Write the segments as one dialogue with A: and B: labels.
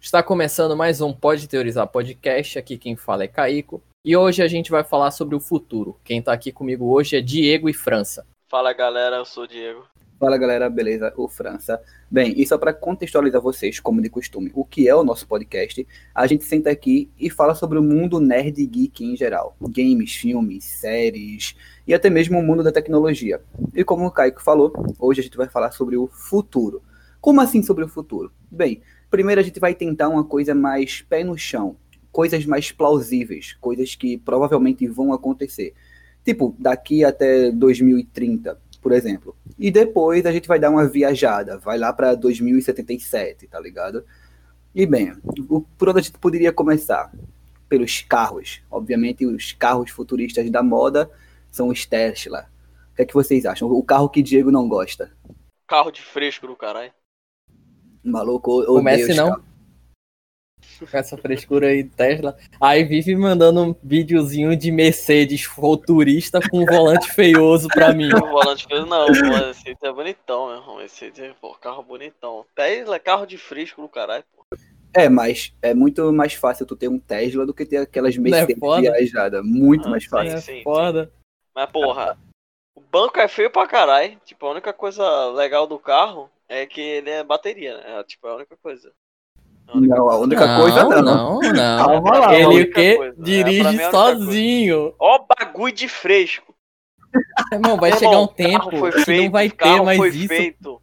A: Está começando mais um Pode Teorizar Podcast. Aqui quem fala é Caico. E hoje a gente vai falar sobre o futuro. Quem está aqui comigo hoje é Diego e França.
B: Fala galera, eu sou o Diego.
C: Fala galera, beleza? O França. Bem, e só para contextualizar vocês, como de costume, o que é o nosso podcast, a gente senta aqui e fala sobre o mundo nerd e geek em geral. Games, filmes, séries e até mesmo o mundo da tecnologia. E como o Caico falou, hoje a gente vai falar sobre o futuro. Como assim sobre o futuro? Bem, primeiro a gente vai tentar uma coisa mais pé no chão, coisas mais plausíveis, coisas que provavelmente vão acontecer. Tipo, daqui até 2030, por exemplo. E depois a gente vai dar uma viajada, vai lá para 2077, tá ligado? E bem, o, por onde a gente poderia começar? Pelos carros. Obviamente, os carros futuristas da moda são os Tesla. O que é que vocês acham? O carro que Diego não gosta.
B: Carro de fresco do caralho.
C: Maluco, eu
A: Comece
C: odeio os
A: não.
C: carros.
A: Com essa frescura aí do Tesla. Aí vive mandando um videozinho de Mercedes futurista com um volante feioso pra mim.
B: O um volante fez, não, mano, esse aí é bonitão, meu irmão. Esse aí é, pô, carro bonitão. Tesla é carro de fresco do caralho, pô.
C: É, mas é muito mais fácil tu ter um Tesla do que ter aquelas
A: é
C: Mercedes
A: foda?
C: viajadas. Muito
B: Ah,
C: mais
B: sim.
C: fácil.
A: É foda.
B: Mas, porra, o banco é feio pra caralho. Tipo, a única coisa legal do carro é que ele é bateria, né? É, Tipo, é a única coisa. A única
C: Não, a única coisa não.
A: Não, não.
C: Calma lá.
B: É a
A: Ele o
B: única
A: quê?
B: coisa. É, pra mim
A: Dirige
B: é a única coisa.
A: sozinho.
B: Ó, bagulho de fresco.
A: Irmão, vai
B: Meu
A: chegar
B: irmão,
A: um
B: o carro
A: tempo
B: foi
A: que
B: feito,
A: não vai
B: o carro
A: ter mais
B: foi
A: isso.
B: feito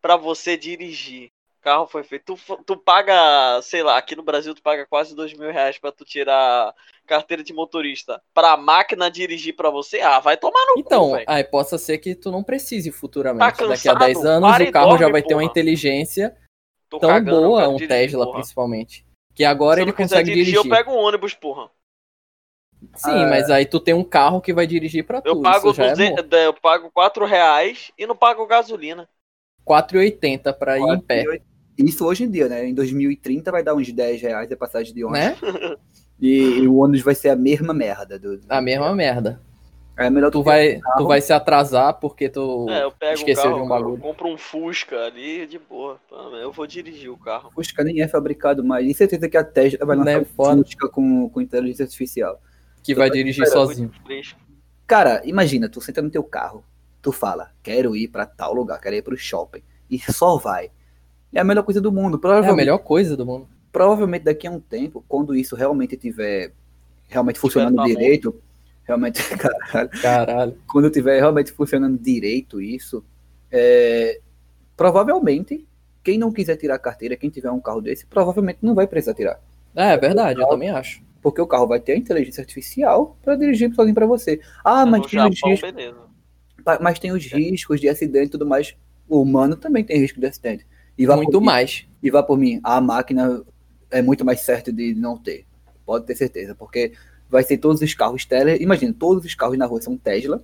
B: pra você dirigir. O carro foi feito. Tu, fa- tu paga, sei lá, aqui no Brasil tu paga quase dois mil reais pra tu tirar carteira de motorista. Pra máquina dirigir pra você, ah, vai tomar no cu,
A: Então,
B: velho.
A: aí possa ser que tu não precise futuramente.
B: Tá
A: Daqui a
B: cansado?
A: 10 anos
B: Para
A: o
B: e
A: carro já
B: dorme,
A: vai ter uma
B: porra.
A: inteligência
B: Tô
A: tão
B: cagando, eu
A: boa,
B: quero
A: um
B: dirigir,
A: Tesla
B: porra.
A: principalmente. Que agora
B: Se eu
A: ele
B: não quiser
A: consegue
B: dirigir,
A: dirigir.
B: Eu pego um ônibus, porra.
A: Sim,
C: Ah.
A: mas aí tu tem um carro que vai dirigir pra tu.
B: Eu pago,
A: isso já é
B: 200, eu pago 4 reais e não pago gasolina.
A: bom. 4,80 pra ir tá em pé,
C: Isso hoje em dia, né? Em 2030 vai dar uns 10 reais a passagem de ônibus.
A: né?
C: E, e o ônibus vai ser a mesma merda. Do,
A: A mesma merda.
C: É melhor
A: Tu
C: ter
A: vai,
C: carro.
A: tu vai se atrasar porque tu
B: É, eu pego
A: esqueceu
B: um carro,
A: de um
B: cara,
A: bagulho.
B: eu compro um Fusca ali de boa. Pá, Eu vou dirigir o carro.
C: Fusca nem é fabricado mais. E certeza que a Tesla vai lançar
A: Né,
C: um
A: foda.
C: Fusca com, com inteligência artificial.
A: que
C: tu
A: vai
C: tá
A: dirigir
B: Cara,
A: sozinho.
B: É muito fresco.
C: Cara, imagina, tu senta no teu carro, tu fala, quero ir pra tal lugar, quero ir pro shopping. E só vai. É a melhor coisa do
A: É
C: mundo.
A: a
C: Provavelmente,
A: melhor coisa do mundo.
C: provavelmente daqui a um tempo, quando isso realmente tiver realmente funcionando
B: tá bom.
C: direito, realmente, caralho.
A: Caralho.
C: quando tiver realmente funcionando direito isso, é, provavelmente quem não quiser tirar a carteira, quem tiver um carro desse, provavelmente não vai precisar tirar,
A: É, é verdade, eu também acho.
C: porque o carro vai ter a inteligência artificial para dirigir sozinho para você. Ah,
B: Tá No
C: mas tem, os
B: Japão,
C: riscos,
B: beleza.
C: pa- mas tem os riscos de acidente e tudo mais. O humano também tem risco de acidente. E vá
A: Muito
C: por mim,
A: mais.
C: E vá por mim, a máquina é muito mais certa de não ter. Pode ter certeza, porque vai ser todos os carros Tesla. Imagina, todos os carros na rua são Tesla,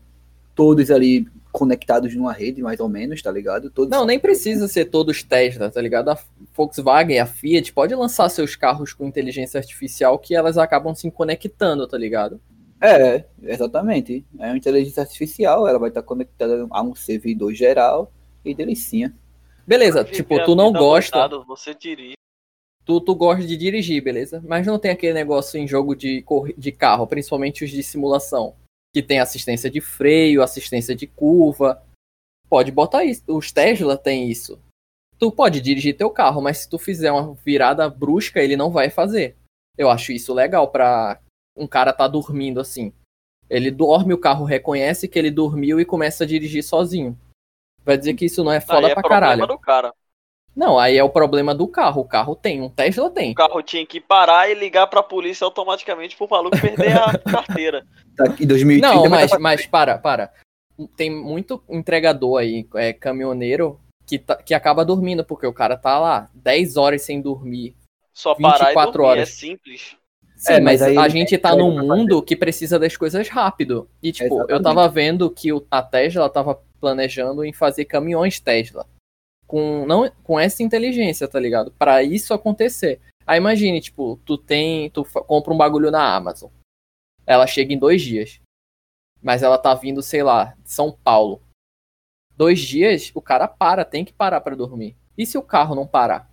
C: todos ali conectados numa rede, mais ou menos, tá ligado? Todos
A: Não, nem precisa ser todos Tesla, tá ligado? A Volkswagen, a Fiat, pode lançar seus carros com inteligência artificial que elas acabam se conectando, tá ligado?
C: É, exatamente. É uma inteligência artificial, ela vai estar conectada a um servidor geral e delicinha.
A: Beleza,
B: Viver
A: tipo,
B: é a
A: tu não
B: vida
A: gosta,
B: doidada, Você dirige.
A: tu, tu gosta de dirigir, beleza? Mas não tem aquele negócio em jogo de, corri- de carro, principalmente os de simulação, que tem assistência de freio, assistência de curva. Pode botar isso. Os Tesla tem isso. Tu pode dirigir teu carro, mas se tu fizer uma virada brusca, ele não vai fazer. Eu acho isso legal pra um cara tá dormindo assim. Ele dorme, o carro reconhece que ele dormiu e começa a dirigir sozinho. Vai dizer que isso não é foda
B: Aí é
A: pra
B: problema
A: caralho.
B: do cara.
A: Não, aí é o problema do carro. O carro tem, um Tesla
B: O
A: tem.
B: carro tinha que parar e ligar pra polícia automaticamente pro maluco perder a carteira.
C: Tá, em 2030
A: Não,
C: vai
A: mas,
C: tá-
A: mas para, para. Tem muito entregador aí, é, caminhoneiro, que, tá- que acaba dormindo, porque o cara tá lá 10 horas sem dormir.
B: Só parar e
A: 24
B: dormir,
A: horas.
B: é simples.
A: Sim,
C: É,
A: mas,
C: mas aí
A: a
C: ele
A: gente
C: tem
A: tá
C: que
A: num
C: fazer.
A: mundo que precisa das coisas rápido. E, tipo, eu
C: Exatamente.
A: tava vendo que o- a Tesla tava planejando em fazer caminhões Tesla. Com, não, com essa inteligência, tá ligado? Pra isso acontecer. Aí imagine, tipo, tu tem. Tu fa- compra um bagulho na Amazon. Ela chega em dois dias. Mas ela tá vindo, sei lá, de São Paulo. Dois dias, o cara para, tem que parar pra dormir. E se o carro não parar?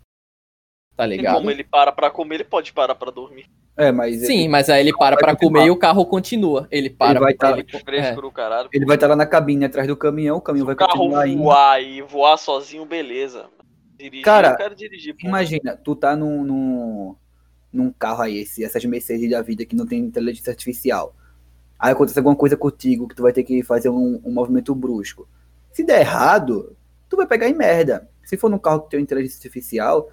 A: tá
B: E como
A: ligado?
B: ele para pra comer, ele pode parar pra dormir.
C: É, mas
A: Sim,
C: ele,
A: mas aí ele para
C: vai
A: pra
C: continuar.
A: comer e o carro continua. Ele para É.
C: vai tá-
A: ele-
B: Ficou fresco do caralho.
C: ele vai estar lá na cabine atrás do caminhão, o caminhão
B: Se
C: vai
B: o carro
C: continuar indo.
B: voar e voar sozinho, beleza. Dirigir,
C: Cara,
B: eu quero dirigir.
A: É.
B: pô.
C: Imagina, tu tá num, num, num carro aí, esse, essas Mercedes da vida que não tem inteligência artificial. Aí acontece alguma coisa contigo que tu vai ter que fazer um, um movimento brusco. Se der errado, tu vai pegar em merda. Se for num carro que tem inteligência artificial,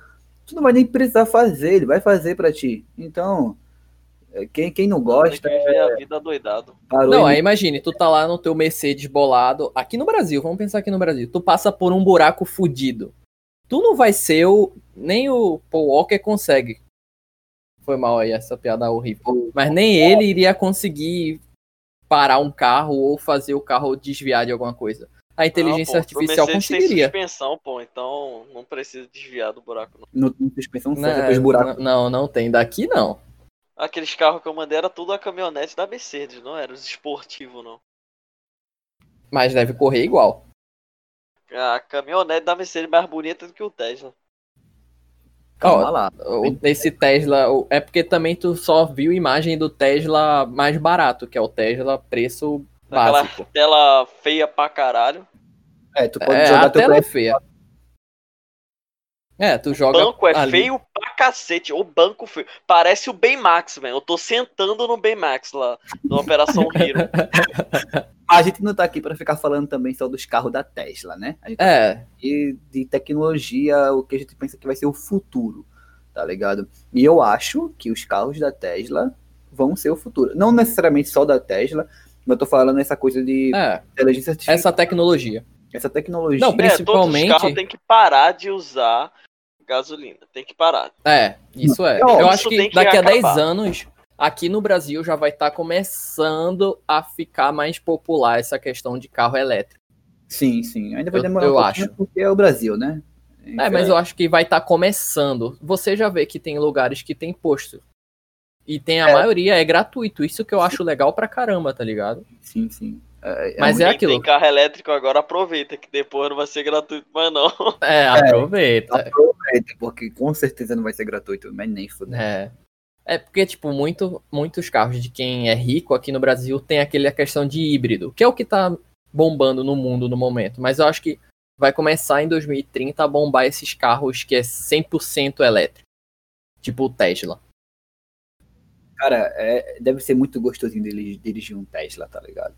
C: tu não vai nem precisar fazer, ele vai fazer pra ti. Então, eh, quem, quem não gosta,
B: Tem que viver a vida doidado.
C: parou.
A: é. Não,
C: e-
A: aí imagine, tu tá lá no teu Mercedes bolado, aqui no Brasil, vamos pensar aqui no Brasil, tu passa por um buraco fudido. Tu não vai ser o. Nem o Paul Walker consegue. Foi mal aí essa piada horrível. Mas nem ele iria conseguir parar um carro ou fazer o carro desviar de alguma coisa. A inteligência
B: Não, pô, o
A: artificial
B: Mercedes
A: conseguiria.
B: Tem suspensão, pô, então não precisa desviar do buraco. Não.
C: não tem suspensão certa, os
A: Não,
C: buracos.
A: não, não tem. Daqui não.
B: Aqueles carros que eu mandei era tudo a caminhonete da Mercedes, não era os esportivos, não.
A: Mas deve correr igual.
B: A caminhonete da Mercedes é mais bonita do que o Tesla.
C: Calma lá.
A: O- Esse Tesla, o- é porque também tu só viu imagem do Tesla mais barato, que é o Tesla preço
B: Daquela
A: básico.
B: tela feia pra caralho.
C: É, tu pode
A: É,
C: jogar
A: a
C: teu
A: tela é
C: PS
A: feia. É, tu
B: O
A: joga
B: banco é
A: ali.
B: feio pra cacete. O banco feio. Parece o Baymax, velho. Eu tô sentando no Baymax lá, no Operação Hero. É,
C: A gente não tá aqui pra ficar falando também só dos carros da Tesla, né? A gente
A: É,
C: e de tecnologia, o que a gente pensa que vai ser o futuro, tá ligado? E eu acho que os carros da Tesla vão ser o futuro. Não necessariamente só da Tesla, mas eu tô falando essa coisa de
A: é,
C: inteligência artificial, essa,
A: essa tecnologia.
C: tecnologia.
A: Não,
B: É, todos os
A: Principalmente-
B: carros têm que parar de usar gasolina. Tem que parar.
A: É, isso é.
C: Não,
A: Eu
B: isso
A: acho
B: tem
A: que
B: que
A: daqui a 10
B: acabar.
A: anos, aqui no Brasil já vai estar começando a ficar mais popular essa questão de carro elétrico.
C: Sim, sim. Ainda vai
A: Eu-
C: demorar
A: eu
C: um pouquinho
A: acho.
C: porque é o Brasil, né?
A: É, mas eu acho que vai estar começando. Você já vê que tem lugares que tem posto. E tem a
C: É.
A: maioria, é gratuito. Isso que eu acho legal pra caramba, tá ligado?
C: Sim, sim. É, é
A: Mas
C: muito-
A: é
B: Quem
A: aquilo.
B: tem carro elétrico agora aproveita, que depois não vai ser gratuito mais não.
A: É, aproveita.
C: Aproveita, porque com certeza não vai ser gratuito, mas nem fudendo.
A: É. É porque, tipo, muito, muitos carros de quem é rico aqui no Brasil tem aquele a questão de híbrido, que é o que tá bombando no mundo no momento. Mas eu acho que vai começar em 2030 a bombar esses carros que é 100% elétrico. Tipo o Tesla.
C: Cara, é- deve ser muito gostosinho dele dirigir um Tesla, tá ligado?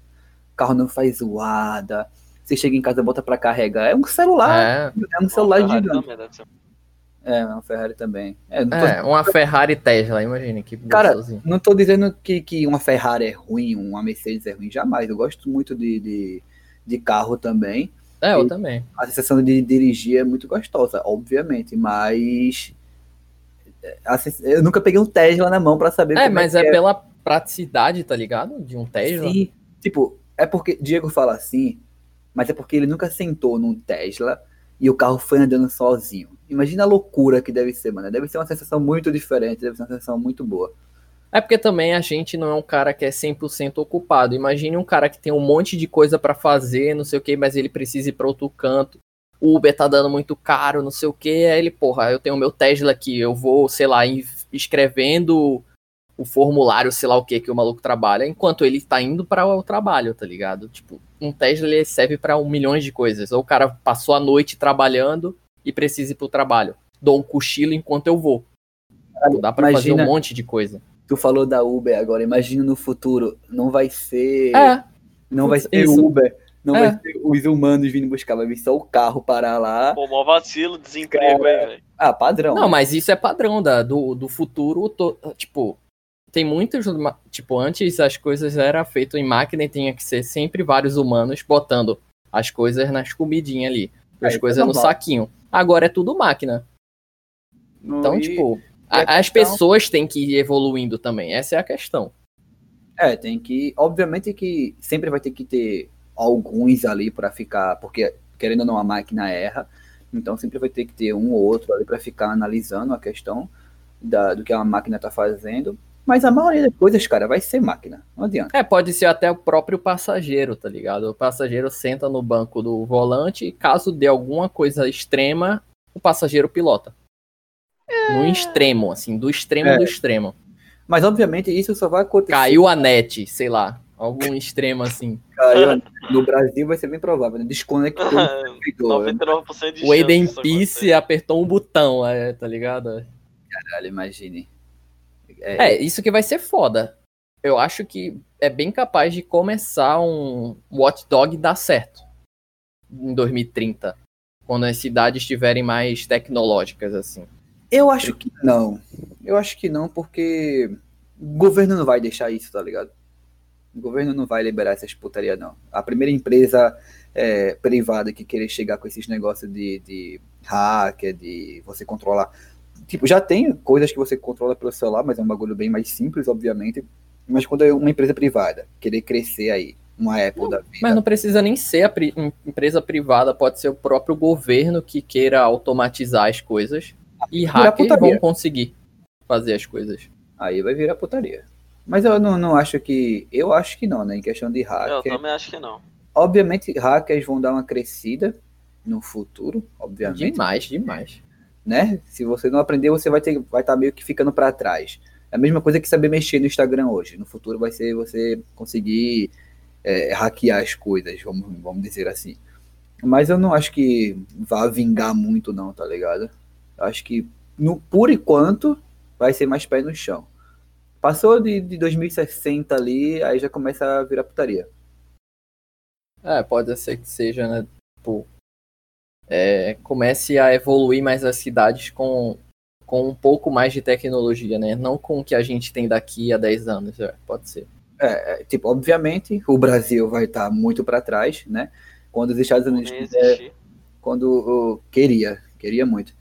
C: O carro não faz zoada. Você chega em casa, bota pra carregar. É um celular.
A: é.
C: É, um celular
B: Ferrari
C: gigante.
B: também deve ser.
C: É, uma Ferrari também. É, não, tô,
A: É, uma Ferrari Tesla, imagina que
C: Cara,
A: gostosinho.
C: não tô dizendo que, que uma Ferrari é ruim, uma Mercedes é ruim, jamais. Eu gosto muito de, de, de carro também.
A: É, eu
C: e-
A: também.
C: A sensação de dirigir é muito gostosa, obviamente, mas. é, a sens- Eu nunca peguei um Tesla na mão pra saber
A: É,
C: como
A: mas
C: que
A: é pela praticidade, tá ligado? De um Tesla.
C: Sim. Tipo, é porque Diego fala assim, mas é porque ele nunca sentou num Tesla e o carro foi andando sozinho. Imagina a loucura que deve ser, mano. Deve ser uma sensação muito diferente, deve ser uma sensação muito boa.
A: É porque também a gente não é um cara que é 100% ocupado. Imagine um cara que tem um monte de coisa pra fazer, não sei o que, mas ele precisa ir pra outro canto. O Uber tá dando muito caro, não sei o que. Aí ele, porra, eu tenho meu Tesla aqui, eu vou, sei lá, em- escrevendo o formulário, sei lá o que, que o maluco trabalha, enquanto ele tá indo pra o trabalho, tá ligado? Tipo, um Tesla ele serve pra um milhão de coisas. Ou o cara passou a noite trabalhando e precisa ir pro trabalho. Dou um cochilo enquanto eu vou. Tipo, Dá pra fazer
C: imagina-
A: um monte de coisa.
C: Tu falou da Uber agora, imagina no futuro, não vai ser,
A: É,
C: não vai ser
A: isso.
C: Uber, não
A: É.
C: vai ser os humanos vindo buscar, vai vir só o carro parar lá.
B: Pô, mó vacilo, desemprego aí, velho.
C: Ah, padrão.
A: Não, mas isso é padrão da, do, do futuro. to- tipo, tem muitos. ma- Tipo, antes as coisas eram feitas em máquina e tinha que ser sempre vários humanos botando as coisas nas comidinhas ali,
C: É,
A: as
C: isso é
A: coisas no
C: normal.
A: saquinho. Agora é tudo máquina.
C: Não,
A: Então,
C: e-
A: tipo, a-
C: a
A: as
C: questão-
A: pessoas têm que ir evoluindo também. Essa é a questão.
C: É, tem que. Obviamente que sempre vai ter que ter alguns ali pra ficar, porque querendo ou não, a máquina erra. Então sempre vai ter que ter um ou outro ali pra ficar analisando a questão da- do que a máquina tá fazendo. Mas a maioria das coisas, cara, vai ser máquina. Não adianta.
A: É, pode ser até o próprio passageiro, tá ligado? O passageiro senta no banco do volante e caso dê alguma coisa extrema, o passageiro pilota. no extremo, assim, do extremo
C: É.
A: do extremo.
C: Mas, obviamente, isso só vai acontecer.
A: Caiu a net, sei lá, algum extremo assim.
C: Caiu. No Brasil vai ser bem provável, né? Desconectou o servidor.
B: 99% de
A: O Eden
B: chance disso
A: Peace apertou um botão, é, tá ligado?
C: Caralho, imagine.
A: É, isso que vai ser foda. Eu acho que é bem capaz de começar um watchdog dar certo em 2030, quando as cidades estiverem mais tecnológicas assim.
C: Eu acho que não. Eu acho que não, porque o governo não vai deixar isso, tá ligado? O governo não vai liberar essas putaria, não. A primeira empresa é, privada que querer chegar com esses negócios de, de hacker, de você controlar. Tipo, já tem coisas que você controla pelo celular, mas é um bagulho bem mais simples, obviamente. Mas quando é uma empresa privada querer crescer aí, uma Apple da vida.
A: Mas não precisa nem ser a pri- em- empresa privada, pode ser o próprio governo que queira automatizar as coisas e hackers
C: putaria.
A: vão conseguir fazer as coisas.
C: Aí vai virar putaria. Mas eu não, não acho que. Eu acho que não, né? Em questão de
B: Aí.
C: hacker.
B: Eu também acho que não.
C: Obviamente, hackers vão dar uma crescida no futuro, obviamente,
A: Demais, demais.
C: né? Se você não aprender, você vai ter, vai estar meio que ficando para trás. É a mesma coisa que saber mexer no Instagram hoje. No futuro vai ser você conseguir é, hackear as coisas, vamos, vamos dizer assim. Mas eu não acho que vá vingar muito, não, tá ligado? Eu acho que, no, por enquanto, vai ser mais pé no chão. Passou de, de 2060 ali, aí já começa a virar putaria.
A: É, pode ser que seja, né? Tipo, é, comece a evoluir mais as cidades com, com um pouco mais de tecnologia, né? Não com o que a gente tem daqui a 10 anos, é, pode ser.
C: É, tipo, obviamente, o Brasil vai estar muito para trás, né? Quando os Estados
B: Nem
C: Unidos quiser,
B: existir.
C: quando queria, queria muito.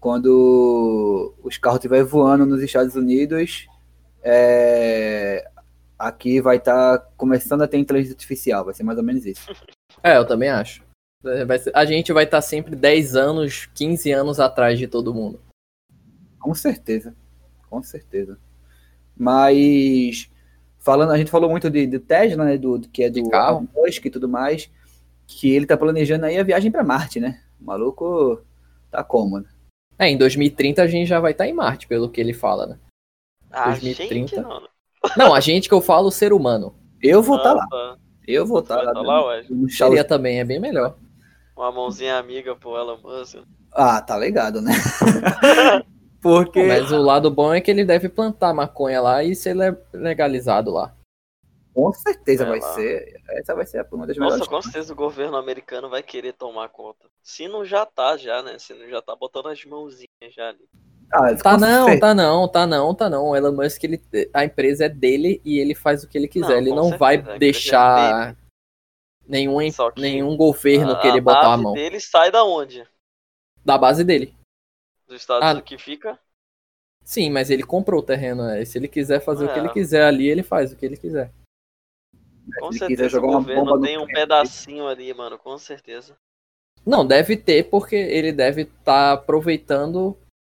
C: Quando os carros estiver voando nos Estados Unidos, é, aqui vai estar começando a ter inteligência artificial, vai ser mais ou menos isso.
A: É, eu também acho. É, vai ser- a gente vai estar sempre 10 anos, 15 anos atrás de todo mundo.
C: Com certeza, com certeza. Mas falando, a gente falou muito de, de Tesla, né? Do, do que é
A: De
C: do
A: carro.
C: Elon Musk e tudo mais, que ele tá planejando aí a viagem para Marte, né? O maluco tá como, né?
A: É, em 2030 a gente já vai estar em Marte, pelo que ele fala, né?
B: Ah,
A: 2030.
B: gente, não.
A: Não, a gente que eu falo, o ser humano.
C: Eu vou estar
B: Ah,
C: lá,
B: tá.
C: eu vou estar
B: Vai
C: lá.
B: tá
C: dando-
B: lá, ué.
C: dando um tchau.
A: Seria também, é bem melhor.
B: Uma mãozinha amiga pro Elon Musk.
C: Ah, tá ligado, né? Porque
A: Mas o lado bom é que ele deve plantar maconha lá e ser le- legalizado lá.
C: com certeza
B: Sei
C: vai
B: É lá.
C: ser, essa vai ser uma das melhores.
B: Nossa, com certeza o governo americano vai querer tomar conta. Se não já tá, já, né? Se não já tá botando as mãozinhas já ali.
C: Ah,
A: Tá
C: com
A: não,
C: certeza.
A: tá não, tá não, tá não. O Elon Musk, ele, a empresa é dele e ele faz o que ele quiser.
B: Não,
A: ele
B: com
A: não
B: certeza, a empresa
A: vai
B: é
A: deixar nenhum, em-
B: Só que
A: nenhum governo
B: a,
A: querer
B: a
A: botar a
B: base
A: mão.
B: dele sai da onde?
A: Da base dele.
B: Dos Estados
A: Ah.
B: Unidos que fica?
A: Sim, mas ele comprou o terreno. né? Se ele quiser fazer o que
B: É.
A: ele quiser ali, ele faz o que ele quiser.
B: Com
C: ele quiser
B: certeza o
C: jogar uma bomba
B: governo
C: no
B: tem um
C: prédio.
B: pedacinho ali, mano, com certeza.
A: Não, deve ter, porque ele deve estar aproveitando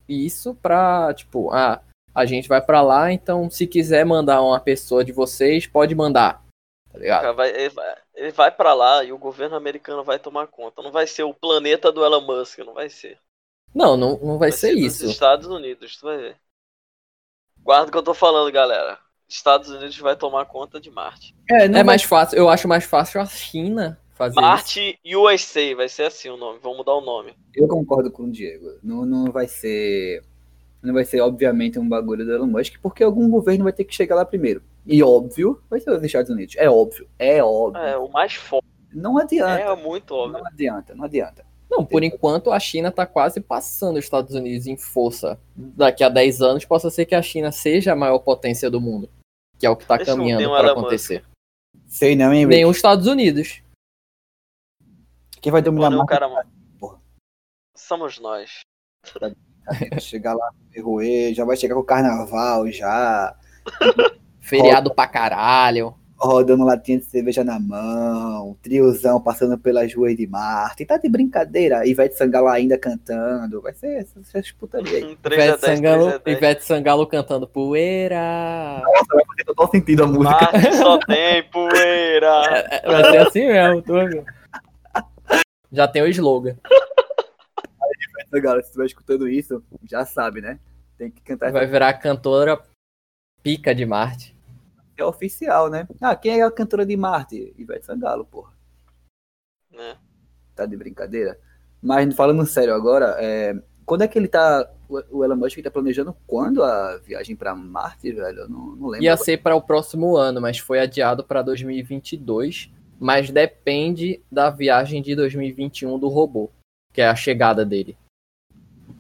A: isso pra, tipo, ah, a gente vai pra lá, então se quiser mandar uma pessoa de vocês, pode mandar. Tá ligado?
B: Vai- ele, vai, ele vai pra lá e o governo americano vai tomar conta. Não vai ser o planeta do Elon Musk, não vai ser.
A: Não, não, não vai, ser
B: dos
A: isso.
B: Estados Unidos, tu vai ver. Guarda o que eu tô falando, galera. Estados Unidos vai tomar conta de Marte.
C: É, não
A: É
C: vai-
A: mais fácil, eu acho mais fácil a China fazer isso.
B: Marte USA, vai ser assim o nome. Vamos mudar o nome.
C: Eu concordo com o Diego. Não, não vai ser. Não vai ser, obviamente, um bagulho do Elon Musk, porque algum governo vai ter que chegar lá primeiro. E óbvio, vai ser os Estados Unidos. É óbvio, é óbvio.
B: É, o mais forte.
C: Não adianta.
B: É muito óbvio.
C: Não adianta, não adianta.
A: Não, por enquanto a China tá quase passando os Estados Unidos em força. Daqui a 10 anos possa ser que a China seja a maior potência do mundo, que é o que tá
B: Esse não
A: caminhando
B: tem um
A: pra
B: Elon Musk.
A: acontecer.
C: Sei não, hein,
A: Nem os Estados Unidos.
C: Quem vai
B: Pô,
C: dominar
B: não,
C: mais
B: cara,
C: porra.
B: Somos nós.
C: é chegar lá, ferroer, já vai chegar com o carnaval, já,
A: Feriado pra caralho.
C: rodando latinha de cerveja na mão, triozão passando pelas ruas de Marte. Tá de brincadeira. Ivete Sangalo ainda cantando. Vai ser essas essas putarias aí.
B: Em 3 a
A: Ivete
B: 10,
A: Sangalo,
B: 3 a 10.
A: Ivete Sangalo cantando poeira.
C: Vai ter total sentido a música.
B: Marte só tem poeira.
A: Vai ser assim mesmo, tô vendo. Já tem o slogan.
C: Então, Galera, se estiver escutando isso, já sabe, né? Tem que cantar.
A: Vai virar a cantora pica de Marte.
C: É oficial, né? Ah, quem é a cantora de Marte? Ivete Sangalo, porra.
B: Né?
C: Tá de brincadeira. Mas falando sério agora, é, quando é que ele tá. O o Elon Musk tá planejando quando a viagem pra Marte, velho? Eu não, não lembro.
A: Ia ser para o próximo ano, mas foi adiado para 2022. Mas depende da viagem de 2021 do robô, que é a chegada dele.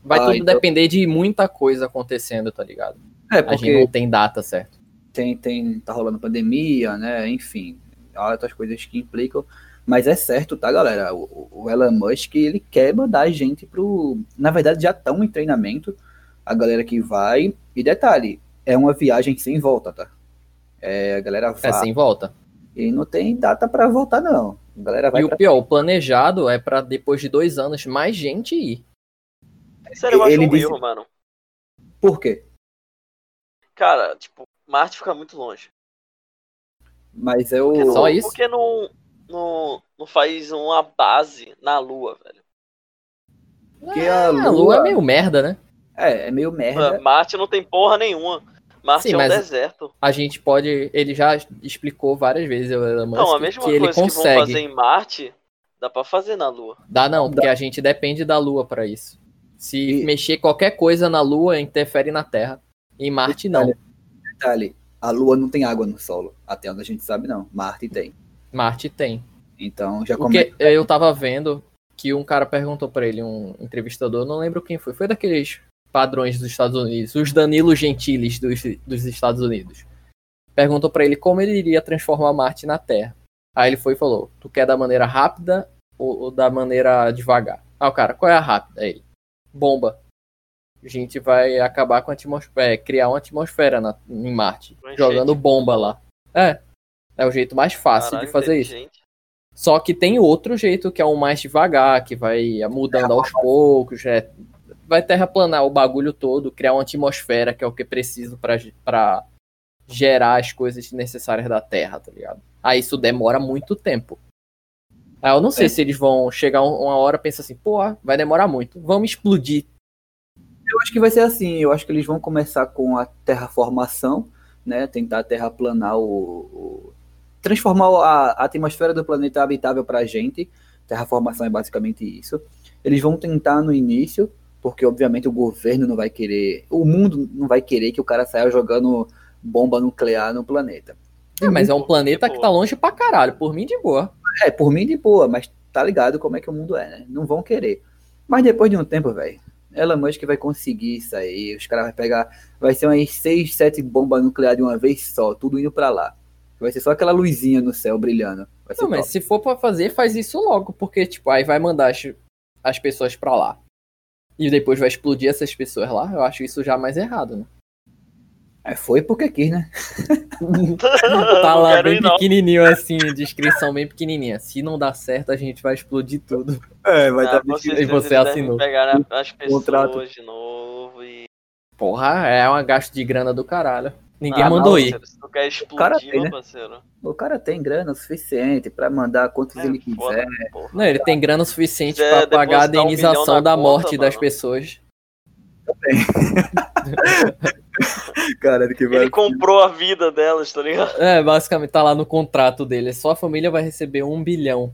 A: Vai
C: Ah,
A: tudo
C: então-
A: depender de muita coisa acontecendo, tá ligado?
C: É,
A: A gente não tem data certa.
C: tem, tem, tá rolando pandemia, né? Enfim, há outras coisas que implicam. Mas é certo, tá, galera? O, o Elon Musk, ele quer mandar a gente pro. Na verdade, já estão em treinamento, a galera que vai. E detalhe, é uma viagem sem volta, tá? É, a galera vai.
A: É sem volta.
C: E não tem data pra voltar, não. A galera vai.
A: E o
C: pra-
A: pior, o planejado é para depois de dois anos mais gente ir.
B: Sério, eu acho
C: Ele
B: um
C: disse-
B: erro, mano.
C: Por quê?
B: Cara, tipo, Marte fica muito longe.
C: Mas é eu.
B: Por que
A: É só
B: não-
A: isso?
B: Por que não, não, não faz uma base na Lua, velho?
C: Porque a
A: Ah, a lua é
C: Lua-
A: meio merda, né?
C: É, é meio merda.
B: Marte não tem porra nenhuma. Marte
A: Sim,
B: é um
A: mas-
B: deserto.
A: A gente pode. Ele já explicou várias vezes, eu Elon Musk,
B: Não, a mesma
A: que ele
B: coisa que vão
A: consegue.
B: fazer em Marte, dá pra fazer na Lua.
A: Dá não, porque a gente depende da Lua pra isso. Se
C: E-
A: mexer qualquer coisa na Lua, interfere na Terra. Em Marte, não.
C: Detalhe, a Lua não tem água no solo. Até onde a gente sabe, não. Marte tem.
A: Marte tem.
C: Então já
A: O
C: começa.
A: que é eu tava vendo que um cara perguntou pra ele, um entrevistador, não lembro quem foi, foi daqueles padrões dos Estados Unidos, os Danilo Gentiles dos, dos Estados Unidos. Perguntou pra ele como ele iria transformar Marte na Terra. Aí ele foi e falou: Tu quer da maneira rápida ou, ou da maneira devagar? Ah, o cara, qual é a rápida? Aí ele, bomba. A gente vai acabar com a atmosfera, é, criar uma atmosfera na- em Marte,
B: Uma enchente.
A: jogando bomba lá. É, é o jeito mais fácil
B: Caralho,
A: de fazer isso.
B: inteligente.
A: Só que tem outro jeito que é um mais devagar, que vai mudando aos poucos, é, vai terraplanar o bagulho todo, criar uma atmosfera, que é o que preciso pra- pra gerar as coisas necessárias da Terra, tá ligado? Aí isso demora muito tempo. Aí eu não sei
C: É.
A: se eles vão chegar um- uma hora e pensar assim, pô, vai demorar muito, vamos explodir.
C: Eu acho que vai ser assim. Eu acho que eles vão começar com a terraformação, né? Tentar terraplanar o. o- transformar a, a atmosfera do planeta habitável pra gente. Terraformação é basicamente isso. Eles vão tentar no início, porque obviamente o governo não vai querer. O mundo não vai querer que o cara saia jogando bomba nuclear no planeta.
A: É, mas é um
B: Pô,
A: planeta que
B: pô.
A: tá longe pra caralho, por mim de boa.
C: É, por mim de boa, mas tá ligado como é que o mundo é, né? Não vão querer. Mas depois de um tempo, velho, Elon Musk vai conseguir isso aí. Os caras vão pegar. Vai ser umas 6, 7 bombas nucleares de uma vez só, tudo indo pra lá. Vai ser só aquela luzinha no céu brilhando. Vai ser
A: Não, mas
C: top.
A: se for pra fazer, faz isso logo, porque, tipo, aí vai mandar as, as pessoas pra lá. E depois vai explodir essas pessoas lá. Eu acho isso já mais errado, né?
C: É, foi porque quis, né?
A: Tá
B: não
A: lá
B: quero
A: bem
B: ir, não.
A: pequenininho assim, descrição bem pequenininha. Se não dá certo, a gente vai explodir tudo.
C: É, vai
B: Ah,
C: estar
B: vocês
A: e você
B: devem
A: assinou.
B: pegar a- as pessoas
C: Contrato.
B: de novo e.
A: Porra, é um gasto de grana do caralho. Ninguém
B: Ah,
A: mandou
B: não,
A: ir.
B: parceiro, Se tu quer
C: cara
B: explodir,
C: tem, né?
B: meu parceiro.
C: O cara tem grana o suficiente pra mandar quantos
B: É,
C: ele
B: foda,
C: quiser.
B: porra.
A: Não, ele tem grana suficiente
B: Se
A: pra
B: quiser
A: pagar a
B: depositar um milhão
A: indenização
B: na
A: da
B: conta,
A: morte das
B: mano.
A: pessoas.
C: Cara, que
B: Ele comprou a vida delas, tá ligado?
A: É, basicamente tá lá no contrato dele. Só a família vai receber um bilhão.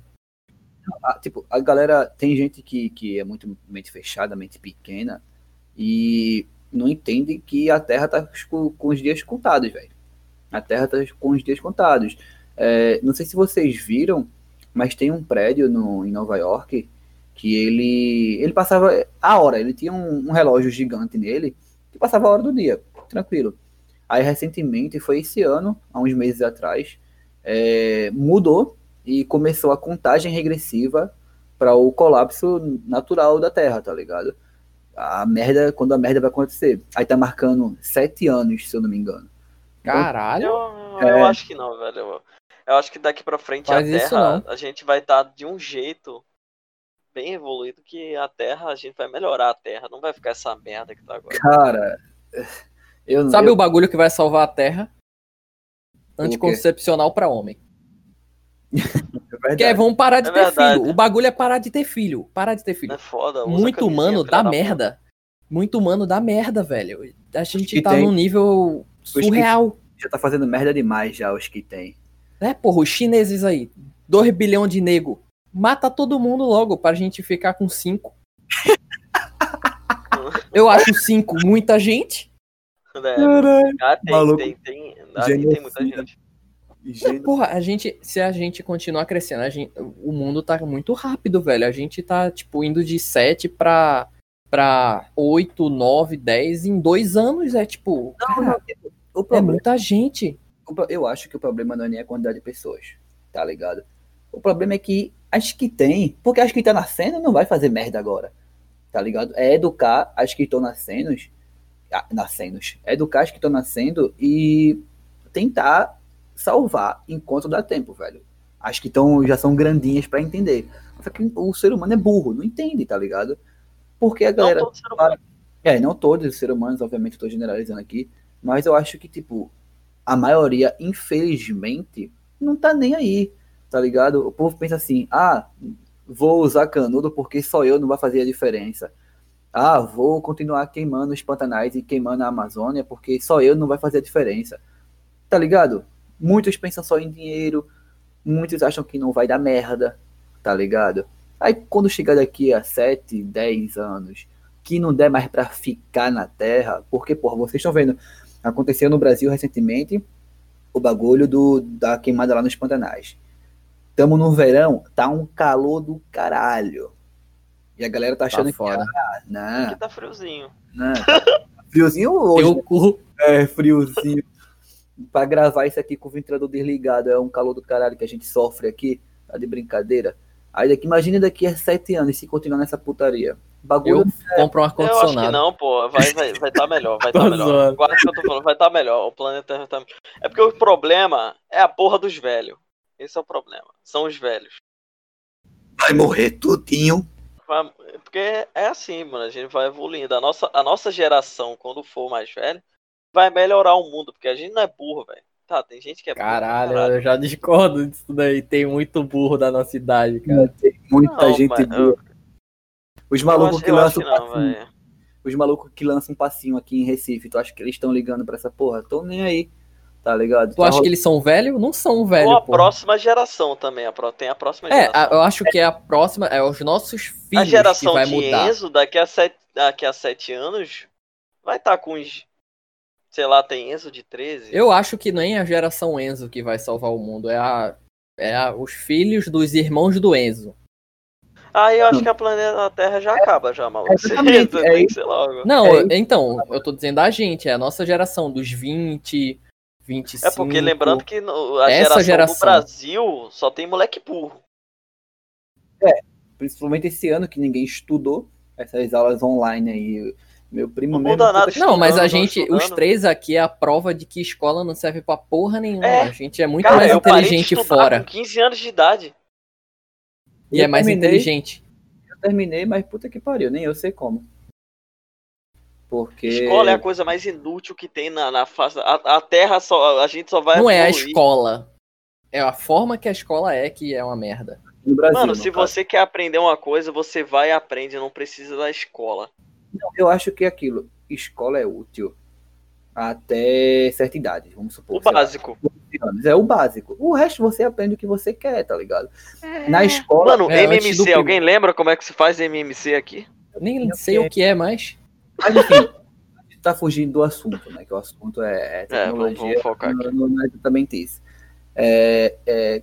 C: Ah, tipo, a galera tem gente que, que é muito mente fechada, mente pequena e não entende que a Terra tá com, com os dias contados, velho. A Terra tá com os dias contados. É, não sei se vocês viram, mas tem um prédio no, em Nova York que ele ele passava a hora, ele tinha um, um relógio gigante nele que passava a hora do dia, tranquilo. Aí recentemente, foi esse ano, há uns meses atrás, é, mudou e começou a contagem regressiva para o colapso natural da Terra, tá ligado? A merda, quando a merda vai acontecer. Aí tá marcando sete anos, se eu não me engano.
A: Então, Caralho.
B: Eu, eu acho que não, velho. Eu, eu acho que daqui pra frente
A: É. Faz
B: a
A: isso
B: Terra, a gente vai estar de um jeito bem evoluído que a Terra, a gente vai melhorar a Terra. Não vai ficar essa merda que tá agora.
C: Cara, eu não.
A: Sabe
C: eu,
A: o bagulho que vai salvar a Terra?
C: quê?
A: Anticoncepcional pra homem.
C: é
A: Porque
C: verdade.
A: aí vão parar de
B: É
A: ter
B: verdade.
A: filho. O bagulho é parar de ter filho. Parar de ter filho.
B: É foda. usa
A: Muito
B: camisinha,
A: humano
B: filha
A: dá
B: da
A: merda. muito humano dá merda, velho. A gente
C: que
A: tá
C: tem.
A: num nível
C: que-
A: surreal.
C: Já tá fazendo merda demais já os que tem.
A: né, porra, os chineses aí, 2 bilhão de nego. Mata todo mundo logo pra gente ficar com 5. Eu acho 5 muita gente.
B: Né?
A: É,
B: Ah, tem,
C: Maluco.
B: tem, tem. Ah, tem, tem muita
C: Genocida.
B: gente.
C: Gente,
A: Porra, a gente, se a gente continuar crescendo, a gente- o mundo tá muito rápido, velho. A gente tá, tipo, indo de 7 pra, pra 8, 9, 10 em dois anos. É tipo, cara,
C: o
A: é
C: problema,
A: muita gente.
C: o pro- eu acho que o problema não é nem a quantidade de pessoas, tá ligado? O problema é que as que tem, porque as que estão nascendo não vai fazer merda agora, tá ligado? É educar as que estão nascendo, ah, nascendo, é educar as que estão nascendo e tentar salvar enquanto dá tempo, velho. As que estão já são grandinhas pra entender. Só que o ser humano é burro, não entende, tá ligado? Porque a
B: Não
C: galera
B: todo ser humano.
C: É, não todos os seres humanos, obviamente, estou generalizando aqui, mas eu acho que, tipo, a maioria, infelizmente, não tá nem aí, tá ligado? O povo pensa assim, ah, vou usar canudo porque só eu não vai fazer a diferença. Ah, vou continuar queimando os pantanais e queimando a Amazônia porque só eu não vai fazer a diferença. Tá ligado? Muitos pensam só em dinheiro, muitos acham que não vai dar merda, tá ligado? Aí quando chegar daqui a 7, 10 anos, que não der mais pra ficar na Terra, porque, porra, vocês estão vendo, aconteceu no Brasil recentemente o bagulho do, da queimada lá nos Pantanais. Tamo no verão, tá um calor do caralho. E a galera tá achando
A: Tá fora.
C: que, ah, não,
B: Aqui tá friozinho.
C: não. Friozinho hoje,
A: Teu cu.
C: é, friozinho. pra gravar isso aqui com o ventilador desligado, é um calor do caralho que a gente sofre aqui, tá de brincadeira. Aí daqui, imagina daqui a sete anos se continuar nessa putaria. Bagulho.
A: Eu compro um
B: Eu acho que
A: ar-condicionado.
B: não, pô. Vai, vai, vai tá melhor, vai tá
A: Tô
B: melhor.
A: zoando.
B: Guarda o que eu tô falando, vai tá melhor. O planeta Terra tá melhor. É porque o problema é a porra dos velhos. Esse é o problema. São os velhos.
C: Vai morrer tudinho.
B: Vai- Porque é assim, mano. A gente vai evoluindo. A nossa, a nossa geração, quando for mais velha, vai melhorar o mundo. Porque a gente não é burro, velho. Tá, tem gente que é burro pra
A: Caralho, eu já discordo disso daí. Tem muito burro da nossa idade, cara.
C: Tem
A: é
C: muita
B: Não,
C: gente
B: mano,
C: boa. Os malucos
B: eu
C: que
B: acho, eu acho
C: lançam
B: que
C: um
B: não,
C: passinho.
B: velho.
C: Os malucos que lançam um passinho aqui em Recife. Tu acha que eles estão ligando pra essa porra? Tão nem aí. Tá ligado?
A: Tu acha que eles são velhos? Não são velhos,
B: Ou a
A: pô.
B: próxima geração também. A pro... Tem a próxima
A: É,
B: geração.
A: a- eu acho que é a próxima, é os nossos
B: A
A: filhos
B: geração
A: que vai
B: de
A: mudar.
B: Enzo, daqui a, sete, daqui a sete anos, vai estar com uns. Sei lá, tem Enzo de 13.
A: Eu acho que nem a geração Enzo que vai salvar o mundo, é a é a- os filhos dos irmãos do Enzo.
B: Ah, eu acho
C: Hum.
B: que a planeta Terra já acaba já, maluco.
C: É, exatamente, é
B: tem que ser logo.
A: Não,
C: É
A: eu- então, eu tô dizendo a gente, é a nossa geração dos 20, 25.
B: É porque lembrando que no- a
A: Essa
B: geração,
A: geração.
B: do Brasil só tem moleque burro.
C: Principalmente esse ano que ninguém estudou. Essas aulas online aí. Meu primo
B: Não
C: mesmo.
B: muda nada.
A: Não, mas a
B: tá estudando, não
A: gente, os
B: estudando.
A: três aqui é a prova de que escola não serve pra porra nenhuma.
B: É.
A: A gente é muito
B: Cara,
A: mais
B: eu parei de
A: inteligente
B: estudar
A: fora
B: com 15 anos de idade.
A: e é mais
C: terminei-
A: inteligente.
C: Eu terminei, mas puta que pariu, nem eu sei como. Porque.
B: Escola é a coisa mais inútil que tem na, na face. A, a Terra só. A gente só vai.
A: Não é a
B: evoluir.
A: escola. É a forma que a escola é que é uma merda.
C: no Brasil.
B: Mano,
C: no
B: se
C: caso.
B: você quer aprender uma coisa, você vai e aprende, não precisa da escola.
C: Eu acho que é aquilo, escola é útil até certa idade, vamos supor.
B: O
C: sei lá,
B: básico.
C: 12 anos. É o básico. O resto você aprende o que você quer, tá ligado? Na escola.
B: Mano,
A: É, antes do
B: MMC,
A: primo.
B: alguém lembra como é que se faz MMC aqui?
A: Nem sei o que é mais.
C: Mas enfim, a gente tá fugindo do assunto, né? Que o assunto é, é tecnologia.
B: vamos- vamos focar aqui.
C: não, não, não é exatamente isso. É, é,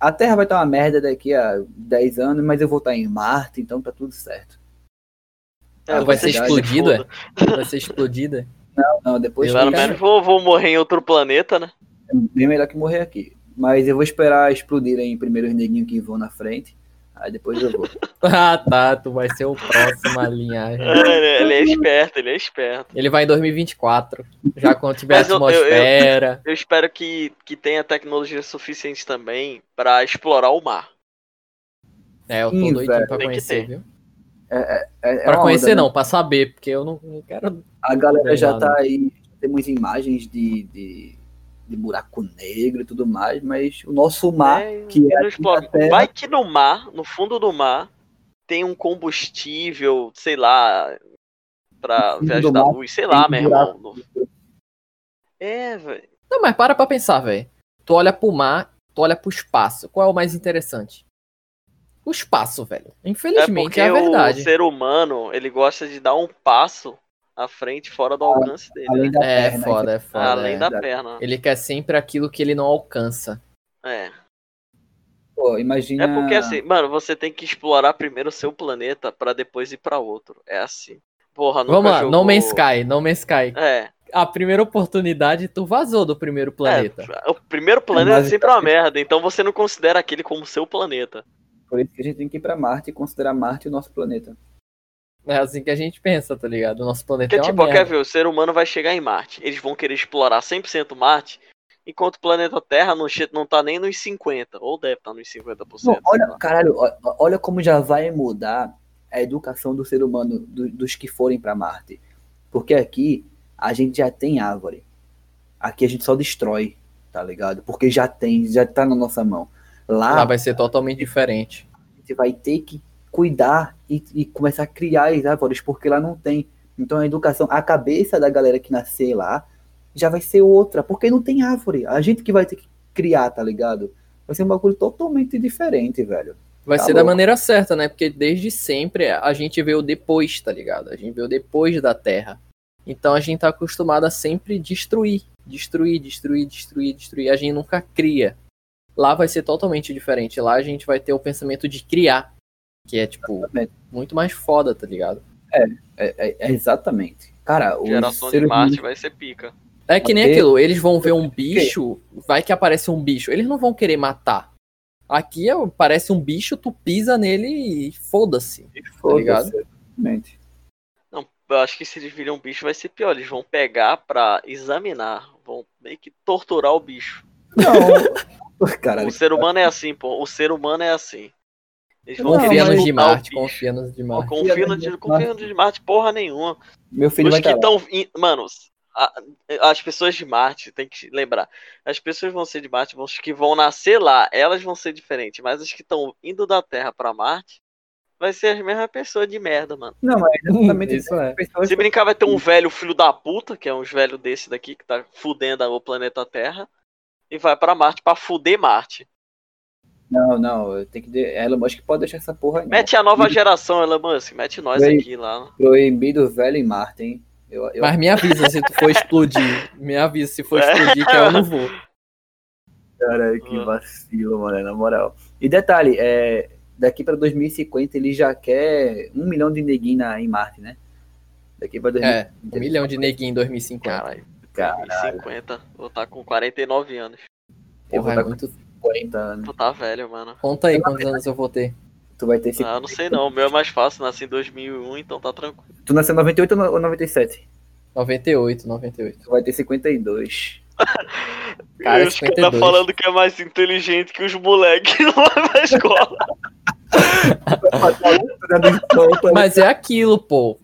C: a Terra vai estar uma merda daqui a 10 anos, mas eu vou estar em Marte, então tá tudo certo.
A: Ah,
C: vai
B: vocês que
C: ser
B: se
A: explodido, é?
B: fodam.
A: Vai ser é. explodida.
C: Não, depois
A: Eu
B: Pelo
A: Cara,
B: menos vou, vou morrer em outro planeta, né?
C: É bem melhor que morrer aqui. Mas eu vou esperar explodirem primeiro os neguinhos que vão na frente. Aí depois eu vou.
A: Ah, tá. Tu vai ser o próximo a linhagem.
B: É, Ele, ele é esperto, ele é esperto.
A: Ele vai em 2024. Já quando tiver
B: Mas eu- eu- eu-
A: atmosfera.
B: Eu espero que, que tenha tecnologia suficiente também pra explorar o mar.
A: É, eu tô
C: Sim,
A: doidinho
C: velho.
A: pra
B: Tem que
A: conhecer,
B: ter.
A: viu?
C: É, é
A: pra
C: uma
A: conhecer
C: onda, né?
A: não, pra saber, porque eu não, não quero.
C: A galera
A: Bem
C: já
A: lá,
C: tá aí. Temos imagens de, de, de buraco negro e tudo mais, mas o nosso mar,
B: É,
C: que é
B: não
C: aqui da
B: explora.
C: Terra,
B: Vai que no mar, no fundo do mar, tem um combustível, sei lá, pra
C: Filho
B: viagem
C: do
B: da
C: mar,
B: luz, sei lá,
C: tem
B: meu
C: um buraco.
B: irmão. no- É, velho.
A: Não, mas para pra pensar, velho. Tu olha pro mar, tu olha pro espaço. Qual é o mais interessante? O espaço, velho.
B: É
A: Infelizmente,
B: porque
A: é, a
B: o
A: verdade.
B: ser humano, ele gosta de dar um passo à frente fora do alcance dele.
C: Ah, Além
B: né?
C: da
A: É
C: perna,
A: foda, é foda.
B: Além
A: é.
B: da
C: verdade.
B: perna.
A: Ele quer sempre aquilo que ele não alcança.
B: É.
C: Pô, imagina.
B: É
A: Ah.
B: porque assim, mano, você tem que explorar primeiro o seu planeta pra depois ir pra outro. É assim. Porra, nunca
A: Vamos lá,
B: jogou...
A: No Man's Sky, No Man's Sky.
B: É,
A: A primeira oportunidade, tu vazou do primeiro planeta.
B: é, o primeiro planeta é
C: Mas-
B: sempre uma merda, então você não considera aquele como seu planeta.
C: Por isso que a gente tem que ir pra Marte e considerar Marte o nosso planeta.
A: É assim que a gente pensa, tá ligado? O nosso planeta
B: Porque,
A: é uma
B: tipo, quer
A: merda.
B: ver, o ser humano vai chegar em Marte, eles vão querer explorar 100% Marte, enquanto o planeta Terra não, che- não tá nem nos 50%, ou deve estar nos 50%.
C: Não, olha,
B: sei lá.
C: caralho, ó- olha como já vai mudar a educação do ser humano, do- dos que forem pra Marte. Porque aqui a gente já tem árvore. Aqui a gente só destrói, tá ligado? Porque já tem, já tá na nossa mão.
A: Lá
C: Lá
A: Ah, vai ser totalmente diferente.
C: você vai ter que cuidar e, e começar a criar as árvores, porque lá não tem. Então a educação, a cabeça da galera que nascer lá já vai ser outra, porque não tem árvore. A gente que vai ter que criar, tá ligado? Vai ser um bagulho totalmente diferente, velho.
A: Vai
C: Tá
A: ser da
C: louco.
A: maneira certa, né? Porque desde sempre a gente veio depois, tá ligado? A gente veio depois da Terra. Então a gente tá acostumado a sempre destruir, destruir, destruir, destruir, destruir. A gente nunca cria. Lá vai ser totalmente diferente. Lá a gente vai ter o pensamento de criar, que é tipo
C: Exatamente.
A: muito mais foda, tá ligado?
C: É, é- é exatamente. Cara, o
B: Geração de Marte vai ser pica.
A: É que nem
C: Mas-
A: aquilo, eles vão ver um bicho, vai que aparece um bicho, eles não vão querer matar. Aqui é- parece um bicho, tu pisa nele e foda-se.
B: tá
A: ligado?
C: Exatamente.
B: Eu acho que se eles virem um bicho vai ser pior, eles vão pegar pra examinar, vão meio que torturar o bicho.
C: Não. Caralho,
B: O ser humano é assim, pô. O ser humano é assim. Eles vão
C: Não,
A: Confia nos
B: querer
C: mas-
A: de
B: estudar o
A: Marte,
B: bicho.
A: confia nos de Marte.
B: Confia no de, confia no de Marte, porra nenhuma.
C: meu filho
B: Os
C: vai
B: que
C: estar lá.
B: estão. Mano, a- as pessoas de Marte, tem que lembrar. As pessoas vão ser de Marte, vão- que vão nascer lá, elas vão ser diferentes. Mas as que estão indo da Terra pra Marte, vai ser as mesmas pessoas de merda, mano.
C: Não, é exatamente
A: Isso é.
C: Pessoas-
B: Se brincar, vai ter um velho filho da puta, que é uns velho desse daqui, que tá fudendo o planeta Terra, e vai pra Marte pra fuder Marte.
C: Não, não, tem que. de- Elon Musk pode deixar essa porra aí. não.
B: Mete a nova geração, Elon Musk. Mete nós
C: Vem.
B: aqui lá.
C: Proibido velho em Marte, hein? Eu, eu
A: Mas me avisa se tu for explodir. Me avisa se for
B: É.
A: explodir, que eu não vou.
C: Cara,
B: Ah.
C: que vacilo, mano, na moral. E detalhe, é, daqui pra 2050 ele já quer um milhão de neguinho na- em Marte, né? Daqui pra 2050.
A: É, um milhão de neguinho em 2050.
B: Caralho,
C: Cara,
B: 50. Vou estar com 49 anos.
C: eu vou
A: Porra, é
C: estar tá com
A: muito.
C: 40 anos.
B: Vou tá velho, mano.
A: Conta aí quantos anos eu vou ter.
C: Tu vai ter esse...
B: Ah, não sei não. O meu é mais fácil, nasci em 2001, então tá tranquilo.
C: Tu nasceu em 98 ou no- ou 97?
A: 98, 98.
C: Tu vai ter 52.
A: Cara,
B: E os caras
A: 52.
B: falando que é mais inteligente que os moleques lá na escola.
A: Mas é aquilo, pô.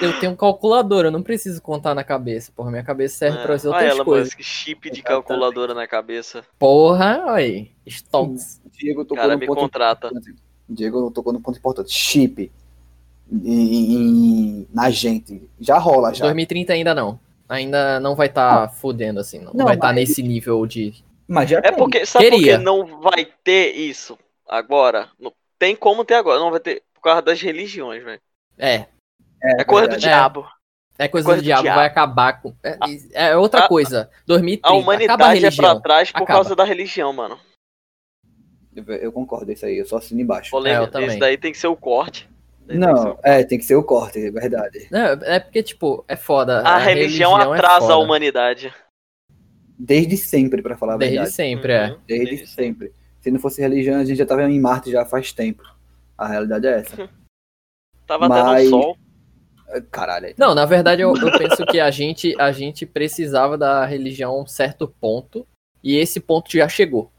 A: Eu tenho um calculador, eu não preciso contar na cabeça. Porra, minha cabeça serve para as
B: É, Olha
A: outras
B: ela,
A: coisas.
B: Musk, chip de calculadora na cabeça.
A: Porra, olha aí. Stocks.
C: Diego tocou
B: Cara,
C: num
B: me
C: ponto
B: contrata.
C: importante. Diego tocou num ponto importante. Chip. E- e- e- na gente. Já
B: Tá
C: rola, já.
A: 2030 ainda não. Ainda não vai estar fudendo assim. Não,
C: Não,
A: vai estar
C: mas-
A: nesse nível de.
C: Mas já
B: É
C: tem.
B: porque, sabe por que
A: Queria.
B: não vai ter isso agora? Não- tem como ter agora, não vai ter por causa das religiões, velho.
A: É,
B: É coisa do
C: verdade.
B: diabo.
A: É coisa,
B: Coisa
A: do
B: do
A: diabo,
B: diabo. Ah.
A: vai acabar com. É, é outra
B: a-
A: coisa. 2030,
B: A
A: acaba a
B: humanidade é
A: religião.
B: pra trás por
A: Acaba.
B: causa da religião, mano.
C: Eu, eu concordo, isso aí, eu só assino
A: É,
C: embaixo.
A: eu
B: Polêmica.
A: também.
B: Esse daí tem que ser o corte. Daí tem que ser o
C: Não, é, tem que ser o corte, é verdade.
A: É, é porque, tipo, é foda.
B: A, religião,
A: é
B: atrasa
A: foda.
B: a humanidade.
C: Desde sempre, pra falar a
A: Desde
C: verdade.
A: sempre, é.
B: Uhum,
C: Desde, sempre. Se não fosse religião, a gente já tava em Marte já faz tempo. A realidade é essa.
B: Tava até
C: Mas-
B: no sol.
C: Caralho. aí.
A: Não, na verdade, eu, eu penso que a gente, a gente precisava da religião a um certo ponto. E esse ponto já chegou.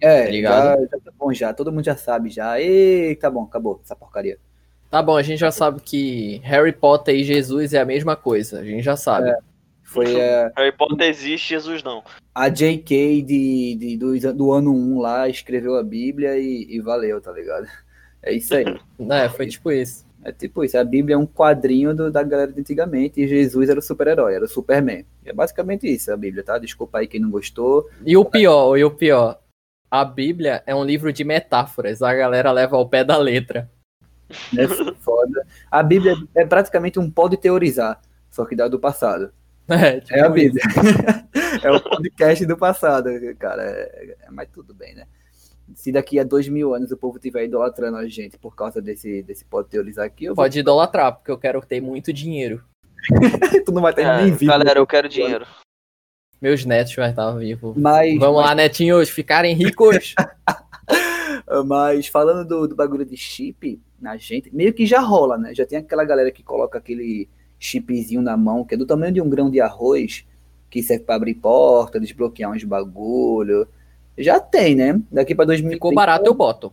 C: É,
A: Tá ligado?
C: Já, já tá bom já, todo mundo já sabe já. E tá bom, acabou essa porcaria.
A: Tá bom, a gente já sabe que Harry Potter e Jesus é a mesma coisa. A gente já sabe.
C: Foi é,
B: Harry Potter existe, Jesus não.
C: a JK de, de- dos an- do, ano 1 lá, escreveu a Bíblia e, e valeu, tá ligado? É isso aí.
A: É, foi tipo isso.
C: É tipo isso, a Bíblia é um quadrinho do- da galera de antigamente e Jesus era o super-herói, era o Superman. É basicamente isso a Bíblia, tá? Desculpa aí quem não gostou.
A: E o pior, e o pior. A Bíblia é um livro de metáforas. A galera leva ao pé da letra.
C: Né? Foda. A Bíblia é praticamente um pode teorizar, só que da do passado.
A: É, tipo
C: É a
A: isso.
C: Bíblia. é o podcast do passado, cara. É- é- mas tudo bem, né? Se daqui a dois mil anos o povo tiver idolatrando a gente por causa desse, desse pode teorizar aqui, eu
A: Pode idolatrar, porque eu quero ter muito dinheiro.
C: vou... tu não vai ter nem
B: É,
C: vivo.
B: galera, eu quero dinheiro.
A: Meus netos vão estar vivos.
C: Mas,
A: Vamos lá, netinhos, ficarem ricos.
C: mas falando do, do bagulho de chip na gente, meio que já rola, né? Já tem aquela galera que coloca aquele chipzinho na mão, que é do tamanho de um grão de arroz, que serve pra abrir porta, desbloquear uns bagulho. Já tem, né? Daqui pra 2000.
A: Ficou barato, eu boto.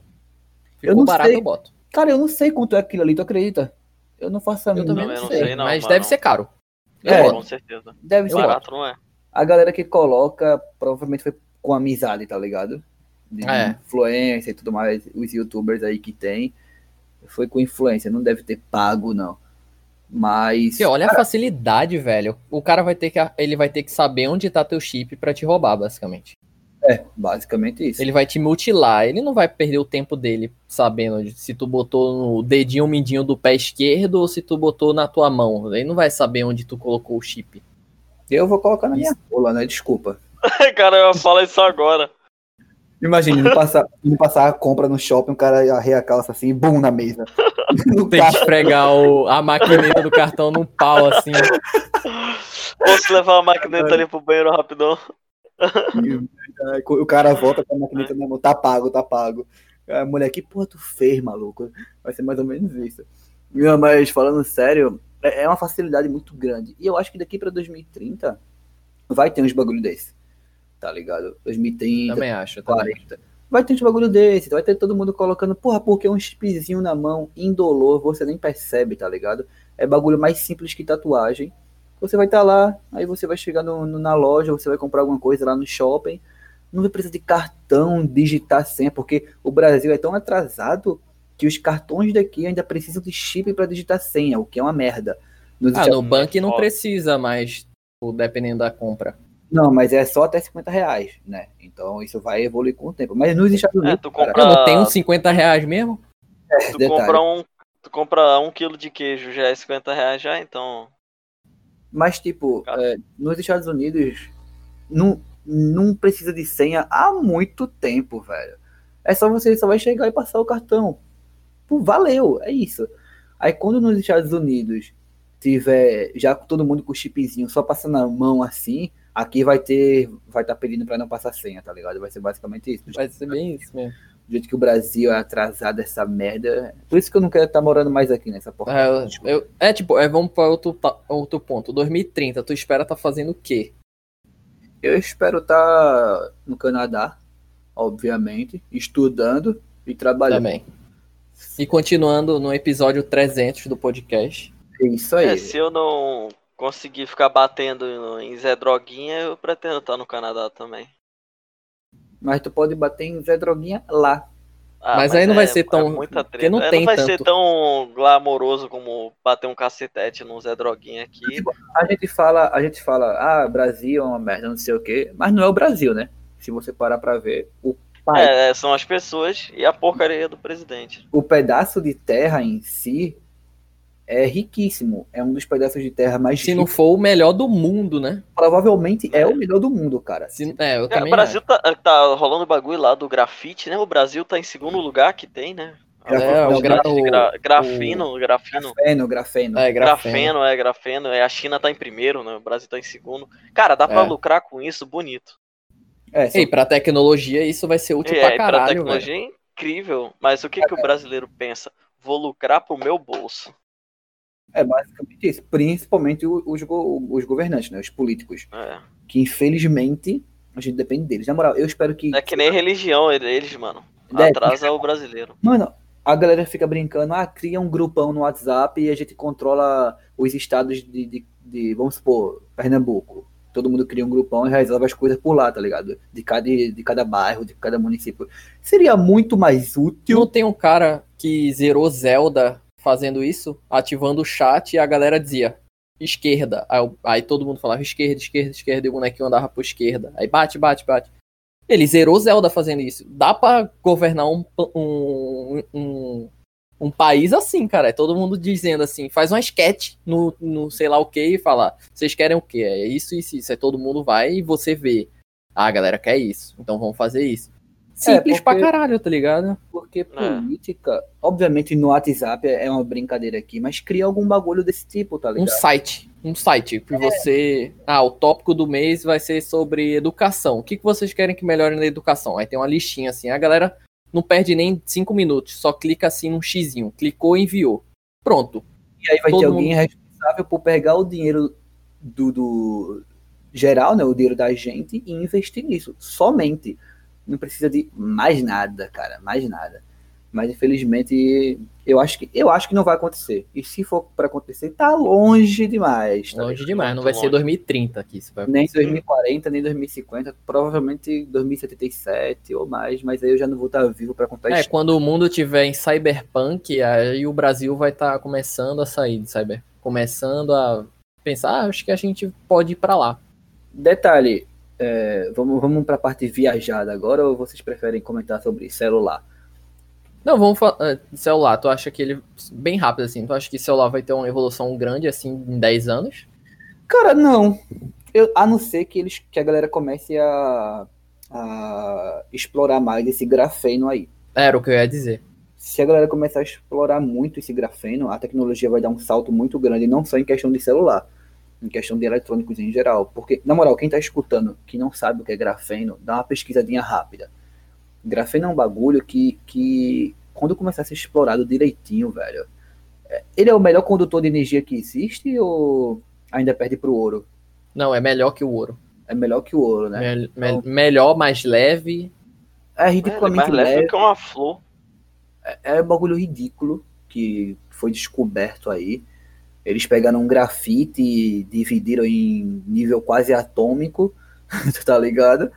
C: Eu
A: Ficou
C: não
A: barato,
C: sei.
A: eu boto.
C: Cara, eu não sei quanto é aquilo ali, tu acredita? Eu não faço a
A: Eu também
C: mínima
A: não
B: não
A: sei,
B: sei não,
A: mas
B: mano.
A: deve ser caro. Eu
C: É.
A: boto.
B: Com certeza.
C: Deve ser.
B: Barato, não é?
C: A galera que coloca provavelmente foi com amizade, tá ligado? De
A: É.
C: influência e tudo mais, os youtubers aí que tem. Foi com influência, não deve ter pago, não. Mas.
A: Porque olha a facilidade, velho. O cara vai ter que ele vai ter que saber onde tá teu chip pra te roubar, basicamente.
C: É, basicamente isso.
A: Ele vai te mutilar. Ele não vai perder o tempo dele sabendo de- se tu botou no dedinho um mindinho do pé esquerdo ou se tu botou na tua mão. Ele não vai saber onde tu colocou o chip.
C: Eu vou colocar na minha rola, né? Desculpa.
B: Cara, eu ia falar isso agora.
C: Imagina, não passar, não passar a compra no shopping, o cara arreia a calça assim, bum, na mesa. No
A: Tem que
C: carro.
A: esfregar o- a maquineta do cartão num pau assim.
B: Posso levar a maquineta ali pro banheiro rapidão?
C: Aí O cara volta com a maquineta na mão, tá pago, tá pago. A mulher, que porra tu fez, maluco? Vai ser mais ou menos isso. Não, mas falando sério, é é uma facilidade muito grande. E eu acho que daqui pra 2030 vai ter uns bagulho desse. Tá ligado? 2030,
A: Também acho. tá? Também.
C: 40. Vai ter uns bagulho desse, vai ter todo mundo colocando, porra, porque é um chipzinho na mão, indolor, você nem percebe, tá ligado? É bagulho mais simples que tatuagem. Você vai estar lá, aí você vai chegar no- no- na loja, você vai comprar alguma coisa lá no shopping. Não vai precisar de cartão, digitar senha, porque o Brasil é tão atrasado que os cartões daqui ainda precisam de chip para digitar senha, o que é uma merda. Nos
A: Ah,
C: Estados-
A: no banco não
B: Ó.
A: precisa mais, tipo, dependendo da compra.
C: Não, mas é só até 50 reais, né? Então isso vai evoluir com o tempo. Mas nos Estados
B: É,
C: Unidos.
B: tu
C: cara,
B: compra,
A: Eu não tenho uns 50 reais mesmo?
B: tu
C: detalhe.
B: compra um. Tu compra um quilo de queijo, já é 50 reais já, então.
C: Mas, tipo,
B: Cara.
C: é, nos Estados Unidos não, não precisa de senha há muito tempo, velho. É só você só vai chegar e passar o cartão. Pô, valeu, é isso. Aí quando nos Estados Unidos tiver já com todo mundo com o chipzinho só passando a mão assim, aqui vai ter. Vai estar pedindo pra não passar senha, tá ligado? Vai ser basicamente isso.
A: Vai ser bem isso mesmo.
C: Do jeito que o Brasil é atrasado, essa merda. Por isso que eu não quero estar morando mais aqui nessa porra.
A: É, eu- eu- é tipo, é, vamos para outro, ta- outro ponto. 2030, tu espera tá fazendo o quê?
C: Eu espero estar no Canadá, obviamente, estudando e trabalhando.
A: Também. E continuando no episódio 300 do podcast.
C: É isso aí.
B: É, se eu não conseguir ficar batendo no- em Zé Droguinha, eu pretendo estar no Canadá também.
C: Mas tu pode bater em Zé Droguinha lá.
B: Ah,
A: Mas aí não vai
B: é-
A: ser
B: é
A: tão-
B: muita
A: porque
B: treta.
A: não
B: É, não
A: tem
B: vai ser
A: tanto.
B: tão glamouroso como bater um cacetete no Zé Droguinha aqui.
A: tipo,
C: A gente fala, a gente fala, ah, Brasil é uma merda, não sei o quê, mas não é o Brasil, né? Se você parar pra ver, o, pai,
B: É, são as pessoas e a porcaria do presidente.
C: o pedaço de terra em si é riquíssimo. É um dos pedaços de terra mais
A: Se não
C: ricos.
A: for o melhor do mundo, né?
C: Provavelmente é o melhor do mundo, cara.
A: Se- é, eu
B: Cara, o
A: também
B: Brasil tá, tá rolando bagulho lá do grafite, né? O Brasil tá em segundo lugar que tem, né?
A: acho. É, o gra- o-
B: Gra- grafino, grafino.
C: Grafeno, grafeno.
A: é, grafeno.
B: Grafeno, é, grafeno. É, a China tá em primeiro, né? O Brasil tá em segundo. Cara, dá pra
A: É.
B: lucrar com isso bonito.
C: É, só-
A: E pra tecnologia isso vai ser útil
B: é,
A: pra
B: e pra
A: caralho, velho. É.
B: tecnologia é incrível. Mas o que, que o brasileiro pensa? Vou lucrar pro meu bolso.
C: é basicamente isso. Principalmente o- os, go- os governantes, né? Os políticos.
B: É.
C: que infelizmente a gente depende deles. Na moral, eu espero que.
B: É que nem religião, eles, mano.
C: Deve.
B: Atrasa o brasileiro.
C: Mano, a galera fica brincando, ah, cria um grupão no WhatsApp e a gente controla os estados de, de, de, vamos supor, Pernambuco. Todo mundo cria um grupão e resolve as coisas por lá, tá ligado? De cada, de cada bairro, de cada município. Seria muito mais útil.
A: Não tem um cara que zerou Zelda fazendo isso, ativando o chat e a galera dizia esquerda. Aí, eu- aí todo mundo falava esquerda, esquerda, esquerda, e o bonequinho andava pra esquerda. Aí bate, bate, bate. Ele zerou Zelda fazendo isso. Dá pra governar um, pa- um, um, um país assim, cara. É todo mundo dizendo assim, faz uma sketch no, no sei lá o que e fala, vocês querem o que? É isso, isso, isso. Aí todo mundo vai e você vê. Ah, a galera quer isso, então vamos fazer isso. Simples pra
C: porque-
A: caralho, tá ligado?
B: É.
C: Porque política, obviamente no WhatsApp é é uma brincadeira aqui, mas cria algum bagulho desse tipo, tá
A: um
C: ligado? É.
A: site. Um site que você. Ah, o tópico do mês vai ser sobre educação. O que, que vocês querem que melhore na educação? Aí tem uma listinha assim. A galera não perde nem cinco minutos, só clica assim num xizinho. Clicou, enviou. Pronto.
C: E aí vai
A: Todo
C: ter alguém responsável por pegar o dinheiro do, do geral, né? O dinheiro da gente e investir nisso. Somente. Não precisa de mais nada, cara. Mais nada. Mas infelizmente, eu acho que, eu acho que não vai acontecer. E se for pra acontecer, tá longe demais. Tá
A: Longe demais, não vai
B: muito
A: ser
B: longe.
A: 2030 que isso vai
C: Nem 2040, nem 2050, provavelmente 2077 ou mais, mas aí eu já não vou estar vivo pra contar
A: É,
C: história.
A: quando o mundo tiver em cyberpunk, aí o Brasil vai estar começando a sair de cyber. Começando a pensar, ah, acho que a gente pode ir pra lá.
C: Detalhe, é, vamos, vamos pra parte viajada agora ou vocês preferem comentar sobre celular?
A: Não, vamos falar. Celular, tu acha que ele. Bem rápido, assim, tu acha que celular vai ter uma evolução grande, assim, em 10 anos?
C: Cara, não. Eu, a não ser que, eles, que a galera comece a, a explorar mais esse grafeno aí.
A: Era o que eu ia dizer.
C: Se a galera começar a explorar muito esse grafeno, a tecnologia vai dar um salto muito grande, não só em questão de celular, em questão de eletrônicos em geral. Porque, na moral, quem está escutando que não sabe o que é grafeno, dá uma pesquisadinha rápida. Grafeno é um bagulho que, que quando começar a ser explorado direitinho, velho, é, ele é o melhor condutor de energia que existe ou ainda perde pro ouro?
A: Não, é melhor que o ouro.
C: É melhor que o ouro, né?
A: Mel- mel- melhor, mais leve.
C: É
B: É,
C: ridiculamente
B: mais leve
C: leve.
B: do que uma flor.
C: é um bagulho ridículo que foi descoberto aí. Eles pegaram um grafite e dividiram em nível quase atômico, tu tá ligado?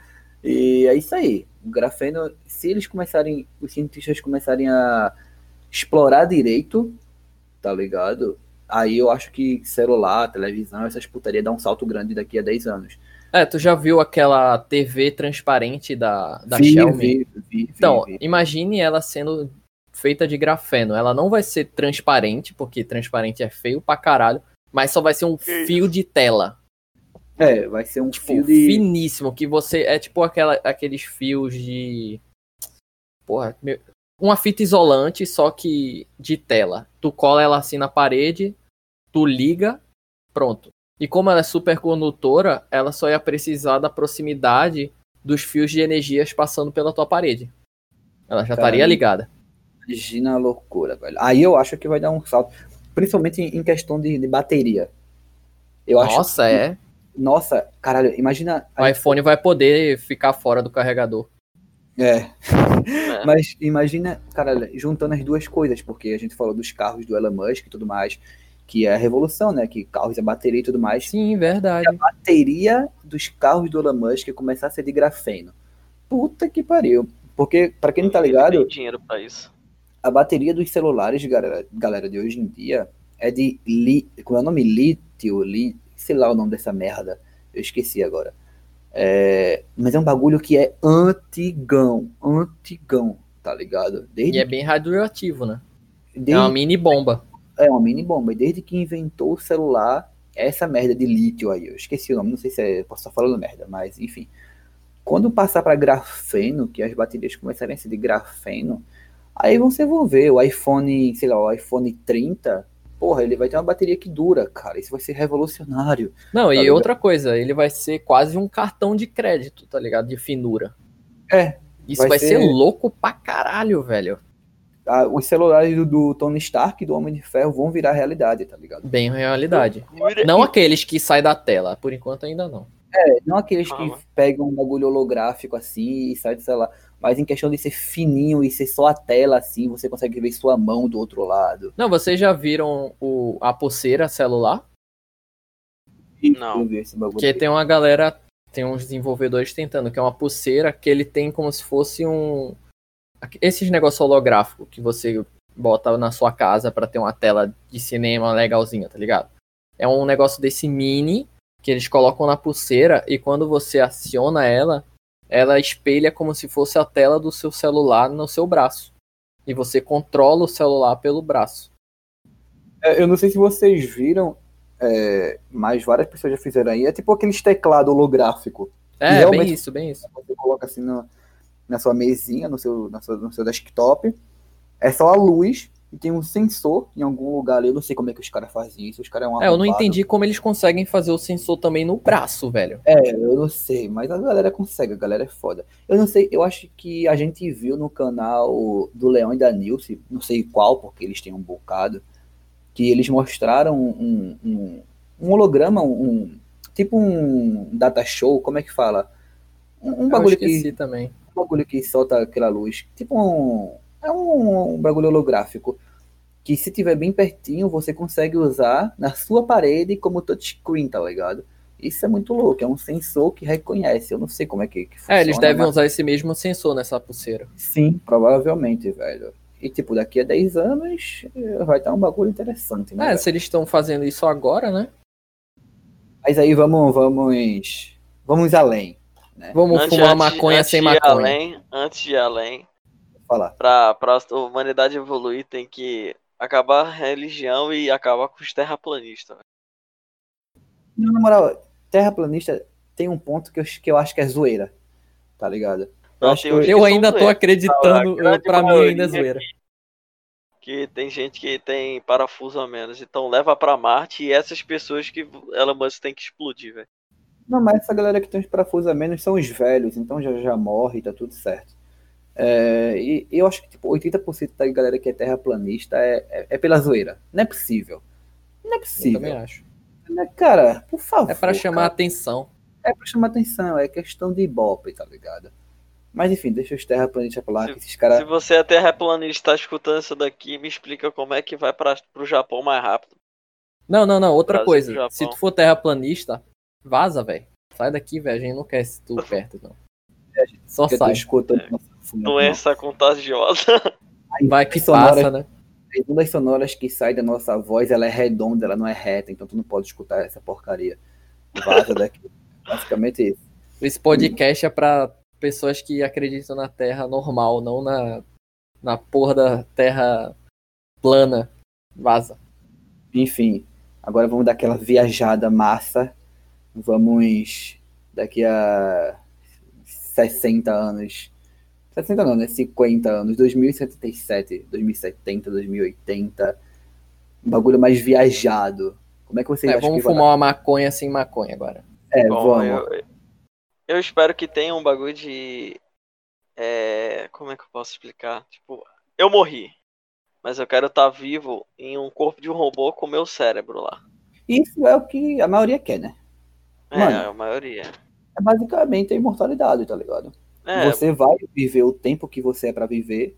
C: E é isso aí. O grafeno, se eles começarem, os cientistas começarem a explorar direito, tá ligado? Aí eu acho que celular, televisão, essas putaria dá um salto grande daqui a 10 anos.
A: É, tu já viu aquela TV transparente da, da
C: Vi,
A: Xiaomi?
C: vi, vi, vi,
A: Então,
C: vi.
A: imagine ela sendo feita de grafeno. Ela não vai ser transparente, porque transparente é feio pra caralho, mas só vai ser um
B: Que
A: fio de tela.
C: É, vai ser um
A: tipo,
C: fio de...
A: finíssimo, que você. É tipo aquela, aqueles fios de. Porra, meu- uma fita isolante, só que de tela. Tu cola ela assim na parede, tu liga, pronto. E como ela é supercondutora, ela só ia precisar da proximidade dos fios de energias passando pela tua parede. Ela já estaria
C: Caramba.
A: ligada.
C: Imagina a loucura, velho. Aí eu acho que vai dar um salto. Principalmente em em questão de, de bateria. Eu acho.
A: Nossa, é.
C: Nossa, caralho, imagina.
A: O iPhone vai poder ficar fora do carregador.
C: É.
B: É.
C: Mas imagina, caralho, juntando as duas coisas, porque a gente falou dos carros do Elon Musk e tudo mais, que é a revolução, né? Que carros é bateria e tudo mais.
A: Sim, verdade.
C: A bateria dos carros do Elon Musk começar a ser de grafeno. Puta que pariu. Porque, pra quem não tá
B: Ele
C: ligado,
B: tem dinheiro pra isso.
C: a bateria dos celulares, galera, galera de hoje em dia, é de li, como é o nome? Lítio, li, sei lá o nome dessa merda. Eu esqueci agora. É, mas é um bagulho que é antigão, antigão, tá ligado?
A: E
C: Desde,
A: é bem radioativo, né?
C: desde-
A: É uma mini bomba.
C: É mini bomba. E desde que inventou o celular, essa merda de lítio aí, eu esqueci o nome, não sei se é, posso estar falando merda, mas enfim. Quando passar para grafeno, que as baterias começarem a ser de grafeno, aí você vão ver o iPhone, sei lá, o iPhone 30, porra, ele vai ter uma bateria que dura, cara. Isso vai ser revolucionário.
A: Não, e
C: ligado?
A: outra coisa, ele vai ser quase um cartão de crédito, tá ligado? De finura.
C: É,
A: Isso vai,
C: vai
A: ser...
C: ser-
A: louco pra caralho, velho.
C: Ah, os celulares do, do Tony Stark e do Homem de Ferro vão virar realidade, tá ligado?
A: Bem realidade.
B: Loucura.
A: Não aqueles que saem da tela, por enquanto ainda não.
C: É, não aqueles que
B: Fala.
C: pegam um bagulho holográfico assim e sai do celular, mas em questão de ser fininho e ser só a tela assim, você consegue ver sua mão do outro lado.
A: Não, vocês já viram o, a pulseira celular?
B: Não.
C: Eu vi esse bagulho.
A: Porque tem uma galera, tem uns desenvolvedores tentando, que é uma pulseira que ele tem como se fosse um. Esses negócios holográficos que você bota na sua casa pra ter uma tela de cinema legalzinha, tá ligado? É um negócio desse mini que eles colocam na pulseira e quando você aciona ela, ela espelha como se fosse a tela do seu celular no seu braço. E você controla o celular pelo braço.
C: É, Eu não sei se vocês viram, é, mas várias pessoas já fizeram aí. É tipo aqueles teclado holográfico.
A: É, bem
C: Realmente-
A: isso, bem isso.
C: Você coloca assim na, na sua mesinha, no seu, na sua- no seu desktop. É só a luz e tem um sensor em algum lugar ali. Eu não sei como é que os caras fazem isso. Os caras é um
A: É, eu não
C: arrombado.
A: entendi como eles conseguem fazer o sensor também no braço, velho.
C: É, eu não sei, mas a galera consegue, a galera é foda. Eu não sei, eu acho que a gente viu no canal do Leão e da Nilce, não sei qual, porque eles têm um bocado, que eles mostraram um, um- um holograma, um tipo um data show, como é que fala? Um, um
A: Eu
C: bagulho que
A: esqueci também.
C: um bagulho que solta aquela luz. Tipo um. É um, um bagulho holográfico. Que se tiver bem pertinho, você consegue usar na sua parede como touchscreen, tá ligado? Isso é muito louco. É um sensor que reconhece. Eu não sei como é que, que funciona.
A: É, eles devem
C: mas-
A: usar esse mesmo sensor nessa pulseira.
C: Sim, provavelmente, velho. E tipo, daqui a 10 anos eh, vai estar um bagulho interessante, né?
A: É,
C: velho?
A: se eles estão fazendo isso agora, né?
C: Mas aí vamos, vamos. Vamos além.
A: Vamos
B: Antes-
A: fumar
B: antes-
A: maconha
B: antes
A: sem
B: de ir
A: maconha.
B: Além, antes de ir além,
C: Vou falar.
B: pra, pra humanidade evoluir, tem que acabar a religião e acabar com os terraplanistas.
C: Não, na moral, terraplanista tem um ponto que eu, que eu acho que é zoeira. Tá ligado? Eu acho
B: tem
C: que
B: uns que
A: Eu
B: são
A: ainda tô
B: doentes,
A: acreditando,
B: A grande
A: pra mim ainda é
B: maioria
A: zoeira.
B: Que tem gente que tem parafuso a menos. Então leva pra Marte e essas pessoas que Elon Musk tem que explodir, velho.
C: Não, mas essa galera que tem os parafusos a menos são os velhos, então já, já morre, tá tudo certo. É, e e eu acho que tipo, 80% da galera que é terraplanista é, é, é pela zoeira. Não é possível. Não é
A: Eu também
C: possível.
A: acho.
C: Né, Cara, por favor.
A: É pra chamar
C: cara.
A: atenção.
C: É pra chamar atenção, é questão de ibope, tá ligado? Mas enfim, deixa os terraplanistas pra lá, que esses
B: Se
C: caras.
B: você é terraplanista, tá escutando isso daqui, me explica como é que vai pra, pro Japão mais rápido.
A: Não, não, não. Outra
B: Brasil,
A: coisa.
B: Japão.
A: Se tu for terraplanista, vaza, velho. Sai daqui, velho. A gente não quer esse tu perto, não. Só
C: que tu
A: sai.
C: escuta.
B: é, Doença contagiosa.
A: Vai que
C: sonora.
A: passa, né?
C: As ondas sonoras que saem da nossa voz, ela é redonda, ela não é reta, então tu não pode escutar essa porcaria. Vaza daqui. Basicamente isso.
A: Esse podcast é pra pessoas que acreditam na terra normal, não na, na porra da terra plana. Vaza.
C: Enfim, agora vamos dar aquela viajada massa. Vamos daqui a 60 anos. 60 não, né? 50 anos, 2077, 2070, 2080. Um bagulho mais viajado. Como é que vocês
A: É,
C: acham
A: vamos
C: que vai
A: fumar um uma maconha sem maconha agora.
C: dar? É,
B: Bom,
A: né?
C: vamos.
B: Eu, eu espero que tenha um bagulho de. é, como é que eu posso explicar? Tipo, eu morri. Mas eu quero estar vivo em um corpo de um robô com meu cérebro lá.
C: Isso é o que a maioria quer, né?
B: É,
C: Mano.
B: a maioria.
C: É basicamente a imortalidade, tá ligado?
B: É,
C: Você vai viver o tempo que você é pra viver.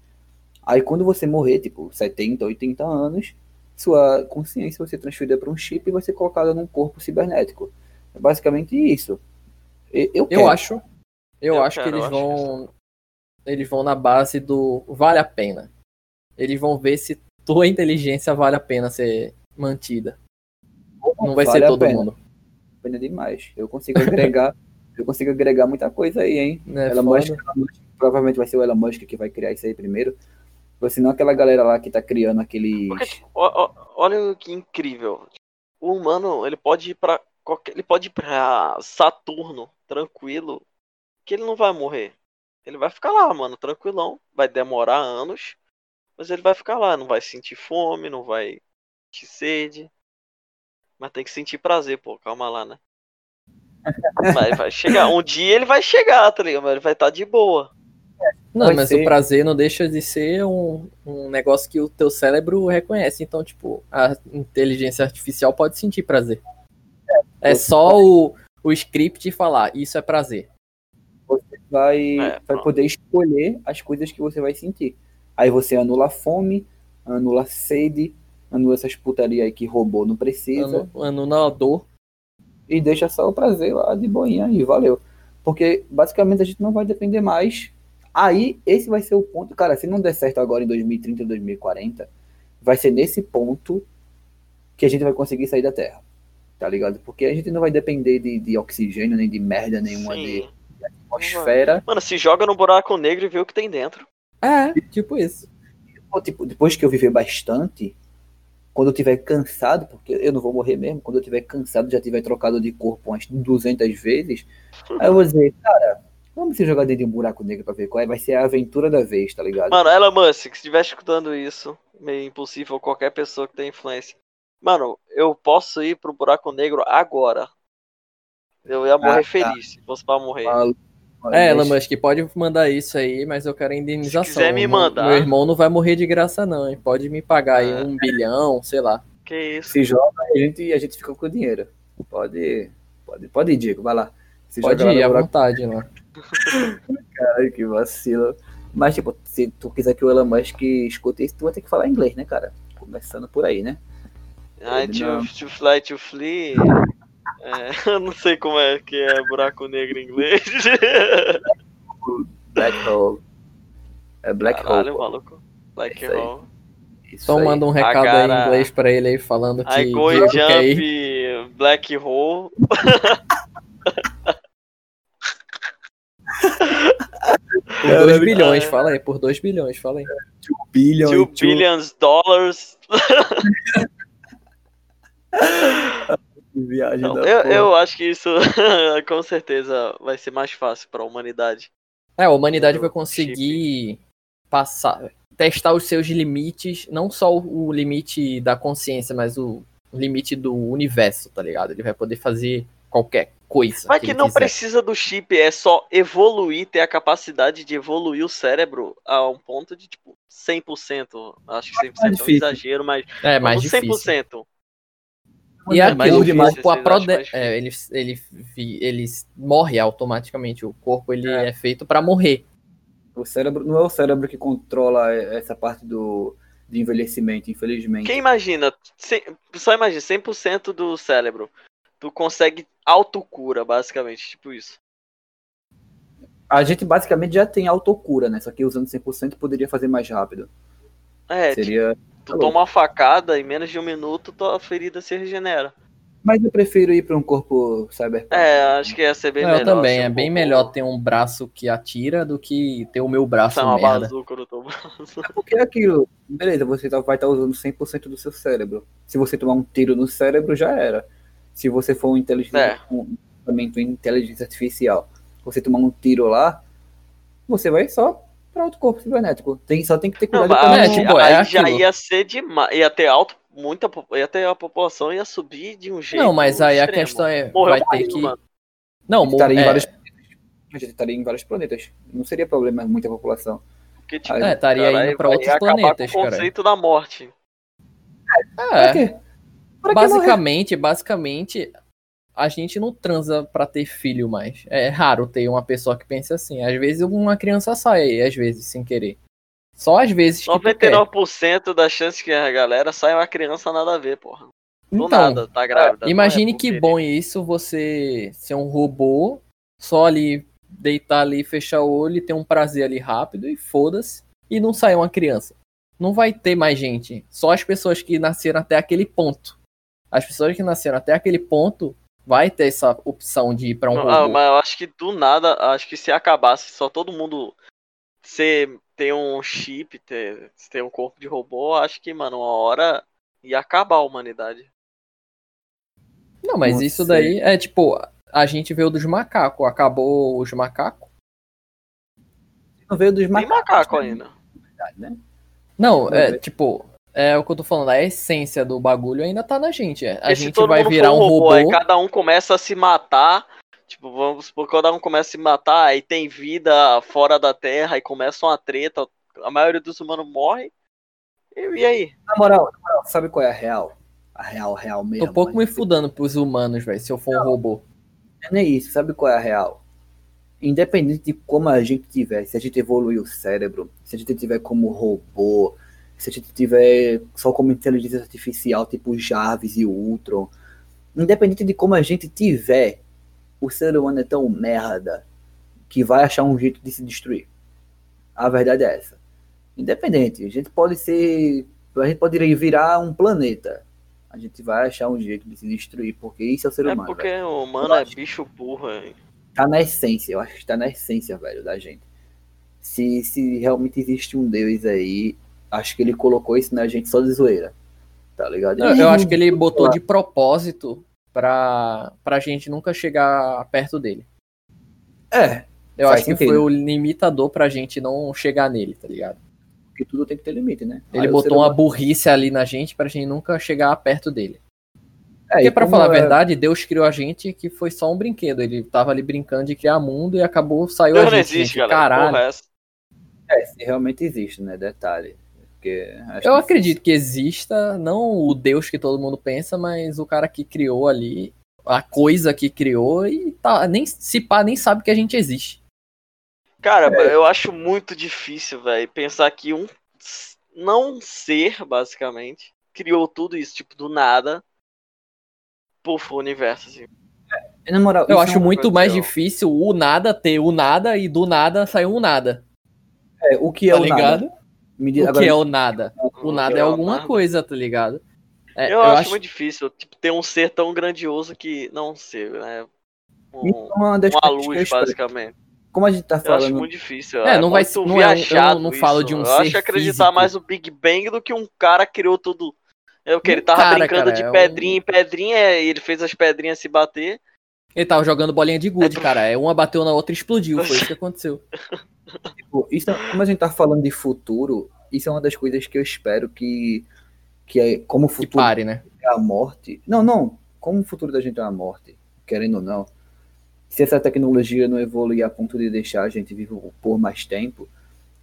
C: Aí quando você morrer, tipo, 70, 80 anos, sua consciência vai ser transferida pra um chip e vai ser colocada num corpo cibernético. É basicamente isso. E- Eu,
A: Eu
C: quero.
A: acho. Eu,
B: Eu
A: acho
B: quero,
A: que eles
B: eu acho
A: vão. Eles vão na base do vale a pena. Eles vão ver se tua inteligência vale a pena ser mantida. Não vai
C: Vale
A: ser
C: a
A: todo
C: pena.
A: mundo.
C: Pena demais. Eu consigo agregar, eu consigo agregar muita coisa aí, hein?
A: Né?
C: Elon
A: Foda.
C: Musk, Elon Musk, provavelmente vai ser o Elon Musk que vai criar isso aí primeiro. Ou senão aquela galera lá que tá criando aqueles.
B: Porque, tipo, ó- ó- olha que incrível. O humano, ele pode ir pra qualquer, ele pode ir pra Saturno tranquilo, que ele não vai morrer. Ele vai ficar lá, mano, tranquilão. Vai demorar anos, mas ele vai ficar lá, não vai sentir fome, não vai sentir sede. Mas tem que sentir prazer, pô, calma lá, né? Mas vai chegar, um dia ele vai chegar, tá ligado? Mas ele vai estar de boa.
A: Não,
C: vai
A: mas
C: ser.
A: o prazer não deixa de ser um, um negócio que o teu cérebro reconhece. Então, tipo, a inteligência artificial pode sentir prazer. É só o, o script falar, isso é prazer.
C: vai,
B: É,
C: vai
B: pronto.
C: poder escolher as coisas que você vai sentir. Aí você anula a fome, anula a sede, anula essas putaria aí que robô não precisa
A: Anu- Anulador.
C: e deixa só o prazer lá de boinha e valeu. Porque basicamente a gente não vai depender mais Aí, esse vai ser o ponto. Cara, se não der certo agora em 2030, 2040, vai ser nesse ponto que a gente vai conseguir sair da Terra. Tá ligado? Porque a gente não vai depender de, de oxigênio, nem de merda nenhuma, de,
B: Sim.
C: de atmosfera.
B: Mano, se joga no buraco negro e vê o que tem dentro.
A: É, tipo isso.
C: Pô, tipo, depois que eu viver bastante, quando eu tiver cansado, porque eu não vou morrer mesmo, quando eu tiver cansado, já tiver trocado de corpo umas 200 vezes, aí eu vou dizer, cara, vamos se jogar dentro de um buraco negro pra ver qual é, vai ser a aventura da vez, tá ligado?
B: Mano, Elon Musk, se estiver escutando isso, meio impossível qualquer pessoa que tem influência. Mano, eu posso ir pro buraco negro agora. Eu ia morrer
C: tá.
B: feliz se fosse pra morrer.
C: Maluco, mano,
A: É, Elon
C: mas-
A: Musk, pode mandar isso aí, mas eu quero indenização.
B: Se quiser me
A: Meu irmão-
B: mandar.
A: Meu irmão não vai morrer de graça, não, hein? Pode me pagar aí
B: Ah.
A: um bilhão, sei lá.
B: Que isso.
C: Se joga a gente e a gente fica com o dinheiro. Pode, pode, pode ir, Diego, vai lá. Se
A: Pode
C: joga lá no
A: ir à
C: buraco,
A: vontade lá.
C: Ai, que vacilo. Mas, tipo, se tu quiser que o Elon Musk escute isso, tu vai ter que falar inglês, né, cara? Começando por aí, né?
B: I
C: Não.
B: to, to fly to flee. É, eu não sei como é que é buraco negro em inglês.
C: Black Hole. É Black
B: Caralho,
C: Hole.
B: maluco. Like
C: Isso aí.
B: roll.
C: Isso
A: Só
C: aí.
A: manda um
B: Ah,
A: recado aí
B: cara.
A: em inglês pra ele aí, falando que
B: I go
C: então,
A: Diego quer ir.
B: jump, black hole.
A: Por 2
C: Caralho.
A: bilhões,
B: Ah.
A: fala aí, por 2 bilhões, fala aí.
C: Billion,
B: 2
C: two-
B: billions dollars.
C: Viagem
B: Não,
C: da
B: eu,
C: porra.
B: eu acho que isso com certeza vai ser mais fácil pra humanidade.
A: É, a humanidade
B: Do
A: vai conseguir passar, testar os seus limites, não só o o limite da consciência, mas o limite do universo, tá ligado? Ele vai poder fazer qualquer coisa.
B: Mas que
A: ele
B: não
A: quiser.
B: precisa do chip, é só evoluir, ter a capacidade de evoluir o cérebro a um ponto de tipo 100%. Acho que 100% é um
C: difícil.
B: exagero, mas um
A: É mais
B: vamos
A: difícil.
B: 100%.
A: E
C: é
A: aquilo,
C: mais
A: mais
C: difícil,
A: tipo, a
B: vocês
A: prode...
B: acham mais difícil?
A: é, ele, ele, fi- ele morre automaticamente. O corpo ele é, feito pra morrer.
C: O cérebro não é o cérebro que controla essa parte do de envelhecimento, infelizmente.
B: Quem imagina, cem- só imagina, 100% do cérebro, tu consegue autocura, basicamente, tipo isso.
C: A gente basicamente já tem autocura, né? Só que usando 100% poderia fazer mais rápido.
B: É,
C: Seria.
B: tu toma uma facada, em menos de um minuto tua ferida se regenera.
C: Mas eu prefiro ir pra um corpo cyberpunk.
B: É, acho que ia ser bem
A: Não,
B: melhor.
A: eu também.
B: ser um
A: É bem
B: pouco-
A: melhor ter um braço que atira do que ter o meu braço
B: Sai é Tá uma
A: merda.
B: bazuca no teu braço.
C: Porque é aquilo. Beleza, você tá- vai estar usando 100% do seu cérebro. Se você tomar um tiro no cérebro, já era. Se você for um inteligente,
B: É.
C: um equipamento em inteligência artificial, você tomar um tiro lá, você vai só pra outro corpo cibernético. Tem, só tem que ter
B: Não,
C: cuidado
B: mas
C: pra
A: né,
B: aí-
C: não-
A: tipo,
B: aí
A: é
B: já
A: aquilo.
B: ia ser demais. Ia ter alto, muita. po- Ia ter a população ia subir de um jeito.
A: Não, mas aí a
B: extremo.
A: questão é,
B: Morreu
A: vai ter
B: mais,
A: que...
B: mano.
A: Não,
C: a gente
A: é,
C: estaria tá em vários planetas. A gente estaria em vários planetas. Não seria problema muita população.
B: Porque, tipo,
C: Aí,
A: é, estaria
B: caralho,
A: indo pra
B: vai
A: outros
B: acabar
A: planetas,
B: com o
A: cara. Tipo,
B: conceito da morte.
C: Pra
A: É,
C: quê? Pra que morrer?
A: basicamente, basicamente, a gente não transa pra ter filho mais. É raro ter uma pessoa que pense assim. Às vezes uma criança sai aí, às vezes, sem querer. Só às vezes que tu quer.
B: 99% das chances que a galera sai uma criança nada a ver, porra. Do
A: Então,
B: nada, tá grávida.
A: imagine
B: Não é
A: que
B: por
A: bom isso você ser um robô, só ali deitar ali, fechar o olho e ter um prazer ali rápido e foda-se, e não sair uma criança. Não vai ter mais gente, só as pessoas que nasceram até aquele ponto. As pessoas que nasceram até aquele ponto vai ter essa opção de ir pra um
B: Não, ah,
A: robô.
B: mas eu acho que do nada, acho que se acabasse só todo mundo ser, ter um chip, ter, ter um corpo de robô, acho que, mano, uma hora ia acabar a humanidade.
A: Não, mas
C: Não
A: isso
C: sei.
A: daí é tipo, a gente veio dos macacos, acabou os macacos.
C: Não veio dos
B: Tem
C: macacos,
B: macaco
C: né?
B: ainda.
C: né?
A: Não,
C: Não
A: é
C: veio.
A: tipo, é o que eu tô falando, a essência do bagulho ainda tá na gente. é. A
B: Porque se
A: gente
B: todo
A: vai
B: mundo for
A: virar um robô.
B: aí cada um começa a se matar. Tipo, vamos supor, que cada um começa a se matar, aí tem vida fora da Terra e começa uma treta. A maioria dos humanos morre. E, e aí?
C: Na moral, na moral, sabe qual é a real? A real, real mesmo.
A: Tô um pouco me
C: mas-
A: fudando pros humanos, velho, se eu for um robô.
C: Não é isso, sabe qual é a real? Independente de como a gente tiver, se a gente evoluir o cérebro, se a gente tiver como robô, se a gente tiver só como inteligência artificial, tipo Jarvis e Ultron, independente de como a gente tiver, o ser humano é tão merda que vai achar um jeito de se destruir. A verdade é essa. Independente, a gente pode ser. A gente pode virar um planeta. A gente vai achar um jeito de se destruir, porque isso é o ser
B: É
C: humano.
B: porque
C: velho.
B: o humano é
C: acho.
B: bicho burro, hein?
C: Tá na essência, eu acho que tá na essência, velho, da gente. Se, se realmente existe um Deus aí, acho que ele colocou isso na gente só de zoeira. Tá ligado?
A: Eu, eu acho que ele botou de propósito pra, pra gente nunca chegar perto dele.
C: É,
A: Eu
C: Faz
A: acho que
C: sentido.
A: foi o limitador pra gente não chegar nele, tá ligado?
C: porque tudo tem que ter limite, né?
A: Ele
C: Aí o ser
A: botou uma
C: humano-
A: burrice ali na gente pra gente nunca chegar perto dele.
C: É,
A: Porque,
C: e
A: pra
C: como
A: falar a
C: é-
A: verdade, Deus criou a gente que foi só um brinquedo. Ele tava ali brincando de criar mundo e acabou, saiu
B: Deus
A: a
B: não
A: gente.
B: existe,
A: gente,
B: galera.
A: Caralho.
B: Porra, essa.
C: É, se realmente existe, né? Detalhe. Porque acho
A: Eu
C: que- é
A: acredito que exista, não o Deus que todo mundo pensa, mas o cara que criou ali, a coisa que criou e tá, nem se pá, nem sabe que a gente existe.
B: Cara,
C: É.
B: eu acho muito difícil, velho, pensar que um s- não um ser, basicamente, criou tudo isso, tipo, do nada. Puf, o universo, assim.
C: Na moral,
A: Eu
C: isso
A: acho
C: é um-
A: muito mais
B: aconteceu.
A: difícil o nada ter o nada e do nada sair um nada.
C: é, o que é
A: Tá
C: o
A: ligado?
C: nada? Me diz,
A: O
C: agora,
A: que é o nada? O nada é
B: Eu-
A: alguma coisa, tá ligado? É,
B: Eu, acho, muito difícil, tipo, ter um ser tão grandioso que. Não sei, né?
C: me
B: Um,
C: diz é uma das
B: uma
C: coisas que eu
B: luz,
C: espero.
B: basicamente.
C: Como a gente tá
B: Eu acho
C: falando
B: muito difícil.
A: É, não vai
B: muito
A: ser- não é um- eu
B: viajado
A: não falo
B: isso.
A: de um
B: Eu
A: ser
B: acho que acreditar
A: físico.
B: mais no Big Bang do que um cara criou tudo. É o que?
A: Um
B: Ele tava
A: cara,
B: brincando
A: cara,
B: de
A: é um-
B: pedrinha em pedrinha é, e ele fez as pedrinhas se bater.
A: Ele tava jogando bolinha de gude, cara. É, Uma bateu na outra e explodiu. Foi isso que aconteceu.
C: Tipo, isso, como a gente tá falando de futuro, isso é uma das coisas que eu espero que, que é, como o
A: Que
C: futuro
A: pare, né?
C: é a morte. Não, não. Como o futuro da gente é a morte, querendo ou não, se essa tecnologia não evoluir a ponto de deixar a gente vivo por mais tempo,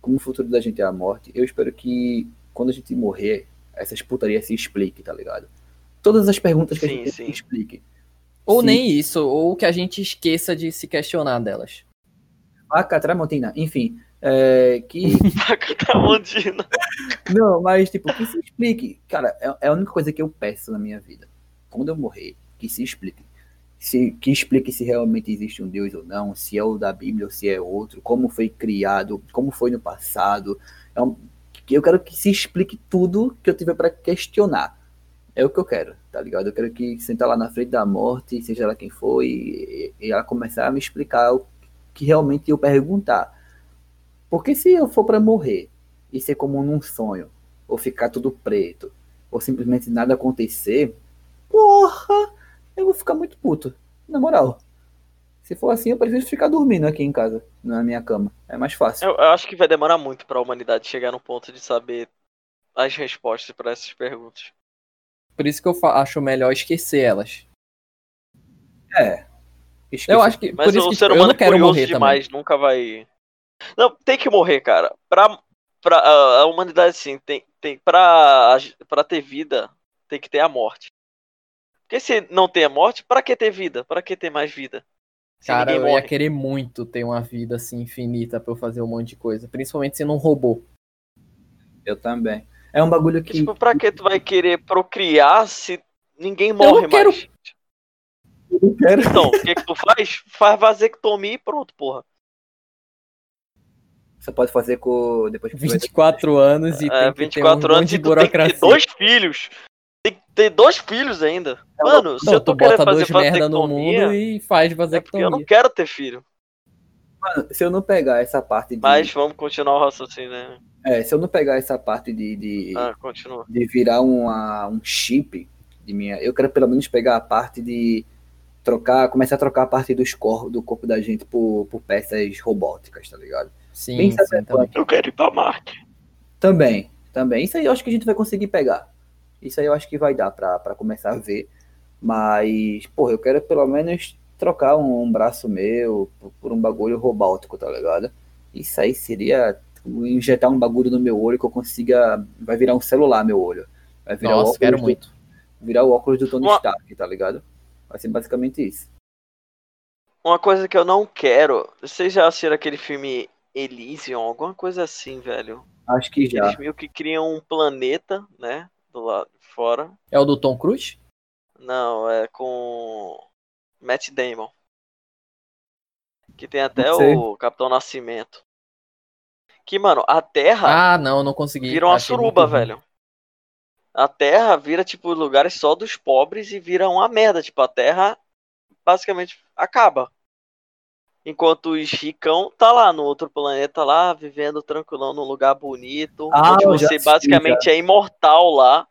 C: como o futuro da gente é a morte, eu espero que quando a gente morrer, essas putarias se expliquem, tá ligado? Todas as perguntas que
B: Sim,
C: a gente tem,
B: sim.
C: se expliquem.
A: Ou
C: Sim.
A: nem isso, ou que a gente esqueça de se questionar delas.
C: Vaca, Tramontina, Ah, enfim. é, que
B: Paca Tramontina.
C: Não, mas tipo, que se explique. Cara, é, é a única coisa que eu peço na minha vida. Quando eu morrer, que se explique. Se, que explique se realmente existe um Deus ou não, se é o da Bíblia ou se é outro, como foi criado, como foi no passado. É um- que eu quero que se explique tudo que eu tiver pra questionar. É o que eu quero, tá ligado? Eu quero que sentar lá na frente da morte, seja lá quem for, e, e ela começar a me explicar o que realmente eu perguntar. Porque se eu for pra morrer e ser como num sonho, ou ficar tudo preto, ou simplesmente nada acontecer, porra, eu vou ficar muito puto. Na moral. Se for assim, eu prefiro ficar dormindo aqui em casa, na minha cama. É mais fácil.
B: Eu, eu acho que vai demorar muito pra humanidade chegar no ponto de saber as respostas pra essas perguntas.
A: Por isso que eu fa- acho melhor esquecer elas.
C: É. Esqueci.
A: Eu acho que.
B: Tipo, Mas
A: por isso
B: o
A: que tipo,
B: ser
A: eu
B: humano
A: não
B: é
A: quero
B: curioso
A: morrer também.
B: demais, nunca vai. Não, tem que morrer, cara. Pra, pra, a- a humanidade, sim, tem, tem, pra, a- pra ter vida, tem que ter a morte. Porque se não tem a morte, pra que ter vida? Pra que ter mais vida? Se
A: Cara,
B: ninguém
A: eu ia
B: morre.
A: querer muito ter uma vida assim infinita pra eu fazer um monte de coisa. Principalmente sendo um robô.
C: Eu também. É um bagulho que.
B: Tipo, pra que tu vai querer procriar se ninguém morre
A: não quero-
B: mais?
C: eu quero.
B: Então, o que, que tu faz? Faz vasectomia e pronto, porra.
C: Você pode fazer com. Depois que você vai-
A: 24 anos e tem
B: É,
A: que ter um
B: 24 anos
A: monte
B: e
A: de
B: tu tem que ter
A: burocracia.
B: dois filhos. Tem que ter dois filhos ainda. Mano, se eu
A: É Não,
B: tô
A: tu
B: querendo
A: bota dois
B: fazer
A: merda no
B: vasectomia,
A: mundo e faz
B: é porque eu não
A: vasectomia.
B: quero ter filho.
C: Mano, se eu não pegar essa parte de.
B: Mas vamos continuar o raciocínio, né?
C: É, se eu não pegar essa parte de. de-
B: Ah, continua.
C: de virar uma, um chip de minha. Eu quero pelo menos pegar a parte de trocar, começar a trocar a parte dos cor, do corpo da gente por, por peças robóticas, tá ligado?
A: Sim,
C: Bem
A: sim,
C: saber
A: também.
B: Eu quero ir pra Marte.
C: Também, também. Isso aí eu acho que a gente vai conseguir pegar. Isso aí eu acho que vai dar pra pra começar a ver. Mas, porra, eu quero pelo menos trocar um, um braço meu por, por um bagulho robótico, tá ligado? Isso aí seria tipo, injetar um bagulho no meu olho que eu consiga. Vai virar um celular meu olho. Vai virar o
A: Nossa,
C: óculos
A: quero
C: do-
A: muito.
C: virar o óculos do Tony
B: Uma-
C: Stark, tá ligado? Vai ser basicamente isso.
B: Uma coisa que eu não quero. Vocês já assistiram aquele filme Elysium? Alguma coisa assim, velho.
C: Acho que já.
B: Eles meio que criam um planeta, né? Do lado de fora.
A: É o do Tom Cruise?
B: Não, é com Matt Damon. Que tem até
C: Não sei.
B: o Capitão Nascimento. Que, mano, a Terra
A: Ah, não, não consegui.
B: vira uma
A: Achei
B: suruba,
A: muito ruim.
B: velho. A Terra vira, tipo, lugares só dos pobres e vira uma merda. Tipo, a Terra basicamente acaba. Enquanto os ricão tá lá no outro planeta, lá, vivendo tranquilão num lugar bonito.
C: Ah,
B: onde
C: eu já
B: você
C: sei,
B: basicamente é imortal lá.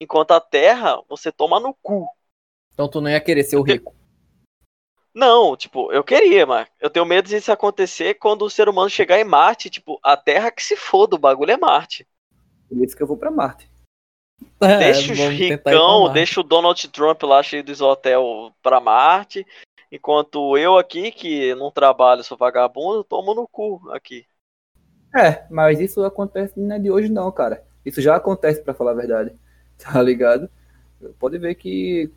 B: Enquanto a Terra, você toma no cu.
A: Então tu não ia querer ser o rico.
B: Não, tipo, eu queria, mas eu tenho medo disso acontecer quando o ser humano chegar em Marte, tipo, a Terra que se foda, o bagulho é Marte.
C: Por isso que eu vou pra Marte. É,
B: deixa os
A: vamos tentar ir pra
B: ricão,
A: Marte.
B: deixa o Donald Trump lá cheio dos hotel pra Marte, enquanto eu aqui, que não trabalho, sou vagabundo, tomo no cu aqui.
C: É, mas isso acontece não é de hoje não, cara. Isso já acontece, pra falar a verdade. Tá ligado? Pode ver que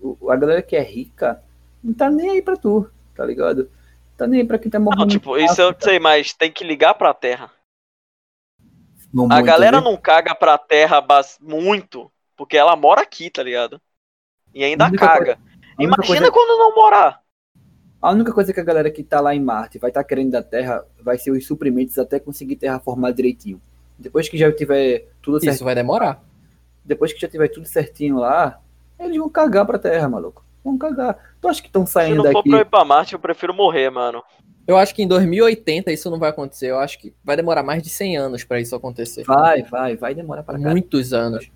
C: o- a galera que é rica não tá nem aí pra tu, tá ligado? Não tá nem aí pra quem tá morrendo.
B: Não, tipo, isso eu sei, mas tem que ligar pra Terra.
C: Não
B: A
C: muito,
B: galera
C: né?
B: não caga pra Terra bas- muito, porque ela mora aqui, tá ligado? E
C: A
B: ainda
C: única
B: caga.
C: a única
B: Imagina
C: coisa-
B: quando não morar.
C: A única coisa que a galera que tá lá em Marte vai estar querendo da Terra vai ser os suprimentos até conseguir terraformar direitinho. Depois que já tiver tudo certinho,
A: Isso vai demorar.
C: depois que já tiver tudo certinho lá, eles vão cagar pra Terra, maluco. Vão cagar. Tu acha que estão
B: Se
C: saindo
B: não for
C: daqui?
B: pra eu ir pra Marte, eu prefiro morrer, mano.
A: Eu acho que em 2080 isso não vai acontecer. Eu acho que vai demorar mais de 100 anos pra isso acontecer.
C: Vai, vai, vai demorar pra cá.
A: Muitos anos.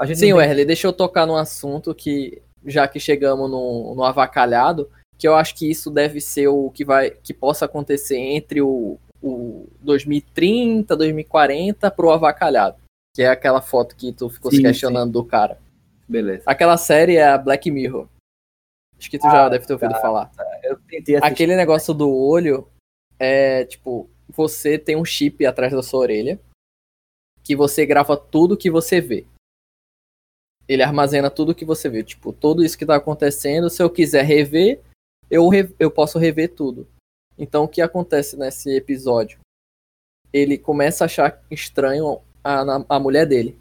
C: A gente
A: Sim,
C: não tem-
A: Werley, deixa eu tocar num assunto que, já que chegamos no, no avacalhado, que eu acho que isso deve ser o que vai que possa acontecer entre o, o 2030, 2040 pro avacalhado. Que é aquela foto que tu ficou se
C: Sim,
A: questionando do cara.
C: Beleza.
A: Aquela série é a Black Mirror. Acho que tu já deve ter ouvido falar.
C: Eu tentei assistir.
A: Aquele negócio do olho é tipo, você tem um chip atrás da sua orelha que você grava tudo que você vê. Ele armazena tudo que você vê, tipo, tudo isso que tá acontecendo, se eu quiser rever, eu, re- eu posso rever tudo. Então o que acontece nesse episódio? Ele começa a achar estranho a, na- a mulher dele.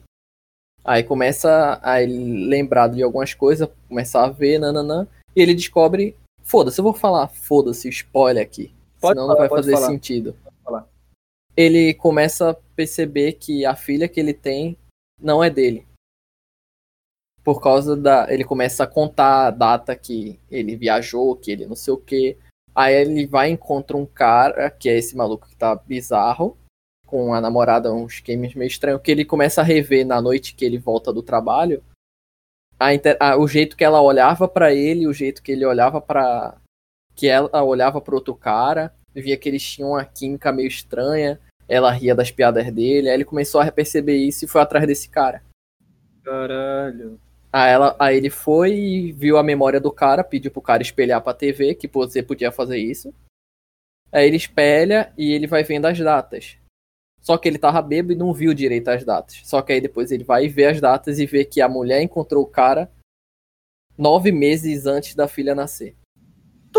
A: Aí começa a ele lembrar de algumas coisas, começar a ver, nananã, e ele descobre Foda-se, eu vou falar, foda-se, spoiler aqui.
C: Pode
A: senão
C: falar,
A: não vai
C: pode
A: fazer
C: falar.
A: sentido.
C: falar.
A: Ele começa a perceber que a filha que ele tem não é dele. Por causa da. Ele começa a contar a data que ele viajou, que ele não sei o quê. Aí ele vai e encontra um cara, que é esse maluco que tá bizarro, com a namorada, uns games meio estranhos, que ele começa a rever na noite que ele volta do trabalho a inter- a- o jeito que ela olhava pra ele, o jeito que ele olhava pra. que ela olhava pro outro cara, via que eles tinham uma química meio estranha, ela ria das piadas dele, aí ele começou a perceber isso e foi atrás desse cara.
C: Caralho.
A: Aí, ela, aí ele foi e viu a memória do cara, pediu pro cara espelhar pra TV, que você podia fazer isso. Aí ele espelha e ele vai vendo as datas. Só que ele tava bêbado e não viu direito as datas. Só que aí depois ele vai e vê as datas e vê que a mulher encontrou o cara nove meses antes da filha nascer.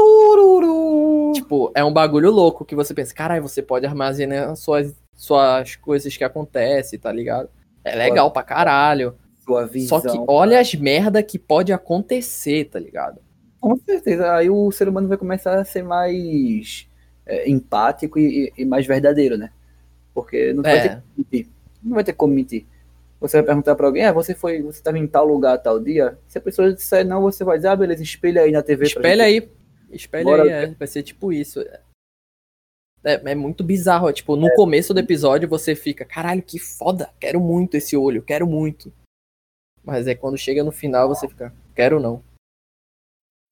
C: Tururu.
A: Tipo, é um bagulho louco que você pensa, caralho, você pode armazenar suas, suas coisas que acontecem, tá ligado? É legal pra caralho.
C: Sua Tipo, visão.
A: Só que olha as merda que pode acontecer, tá ligado?
C: Com certeza. Aí o ser humano vai começar a ser mais é, empático e, e- e mais verdadeiro, né? Porque não vai ter
A: É,
C: mentir. Não vai ter como mentir. Você vai perguntar pra alguém, ah, você foi, você tava em tal lugar tal dia. Se a pessoa disser não, você vai dizer, ah, beleza, espelha aí na TV. pra
A: espelha
C: gente.
A: aí. Espelha
C: Bora.
A: aí, é, vai ser tipo isso. É, é muito bizarro, é, tipo, no começo do episódio você fica, caralho, que foda, quero muito esse olho, quero muito. Mas é quando chega no final você fica, quero não.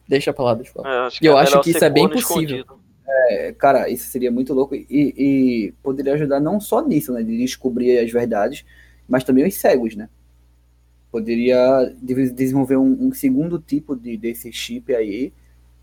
A: Deixa pra lá, deixa pra lá.
B: É, acho
A: E eu
B: é
A: acho
B: melhor
A: que isso
B: ser
A: é bem
B: corno
A: possível.
B: escondido.
C: É, cara, isso seria muito louco e, e poderia ajudar não só nisso, né, de descobrir as verdades, mas também os cegos, né? Poderia de- desenvolver um, um segundo tipo de, desse chip aí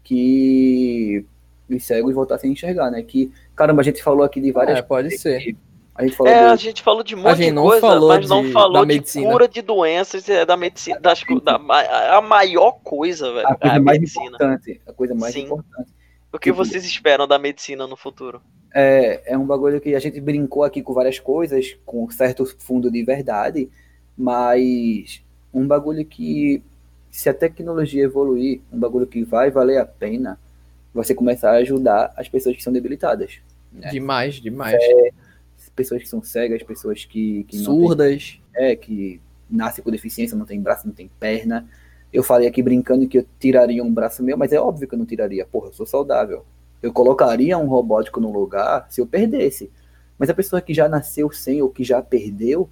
C: que os cegos voltassem a enxergar, né? Que, caramba, a gente falou aqui de várias
A: É, pode ser.
C: A gente falou
B: É, a
C: do-
B: gente falou de um monte
A: gente
B: de
A: não
B: coisa,
A: falou
B: mas não
A: de-
B: falou
A: da
B: de
A: medicina.
B: cura de doenças, é da medicina, das, co- da, ma- a maior coisa, velho,
C: a
B: é
C: coisa
B: a
C: mais
B: medicina.
C: importante. A coisa mais
B: Sim.
C: importante.
B: O que vocês esperam da medicina no futuro?
C: É, é um bagulho que a gente brincou aqui com várias coisas, com um certo fundo de verdade, mas um bagulho que, se a tecnologia evoluir, um bagulho que vai valer a pena, você começar a ajudar as pessoas que são debilitadas.
A: Demais, demais.
C: pessoas que são cegas, pessoas que, que não têm-
A: Surdas.
C: é, que nasce com deficiência, não tem braço, não tem perna. Eu falei aqui brincando que eu tiraria um braço meu, mas é óbvio que eu não tiraria. Porra, eu sou saudável. Eu colocaria um robótico no lugar se eu perdesse. Mas a pessoa que já nasceu sem ou que já perdeu,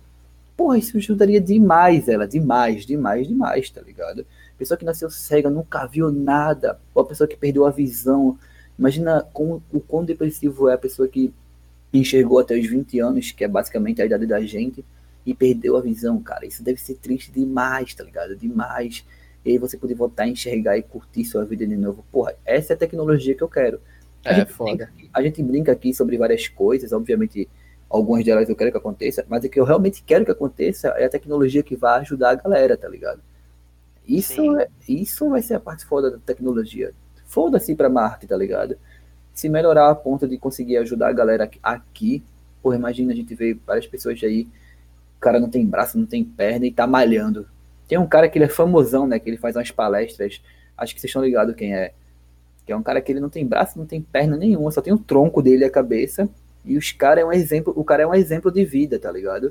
C: porra, isso ajudaria demais ela, demais, demais, demais, tá ligado? Pessoa que nasceu cega, nunca viu nada, ou a pessoa que perdeu a visão. Imagina com, o quão depressivo é a pessoa que enxergou até os 20 anos, que é basicamente a idade da gente, e perdeu a visão, cara. Isso deve ser triste demais, tá ligado? Demais. E aí você poder voltar a enxergar e curtir sua vida de novo. Porra, essa é a tecnologia que eu quero. A
A: É,
C: gente
A: foda.
C: A gente brinca aqui sobre várias coisas, obviamente algumas delas eu quero que aconteça, mas o que eu realmente quero que aconteça é a tecnologia que vai ajudar a galera, tá ligado? Isso,
B: Sim.
C: é, isso vai ser a parte foda da tecnologia. Foda-se pra Marte, tá ligado? Se melhorar a ponto de conseguir ajudar a galera aqui- aqui, porra, imagina a gente ver várias pessoas aí, o cara não tem braço, não tem perna e tá malhando. Tem um cara que ele é famosão, né, que ele faz umas palestras, acho que vocês estão ligados quem é. Que é um cara que ele não tem braço, não tem perna nenhuma, só tem o tronco dele e a cabeça. E os cara é um exemplo, o cara é um exemplo de vida, tá ligado?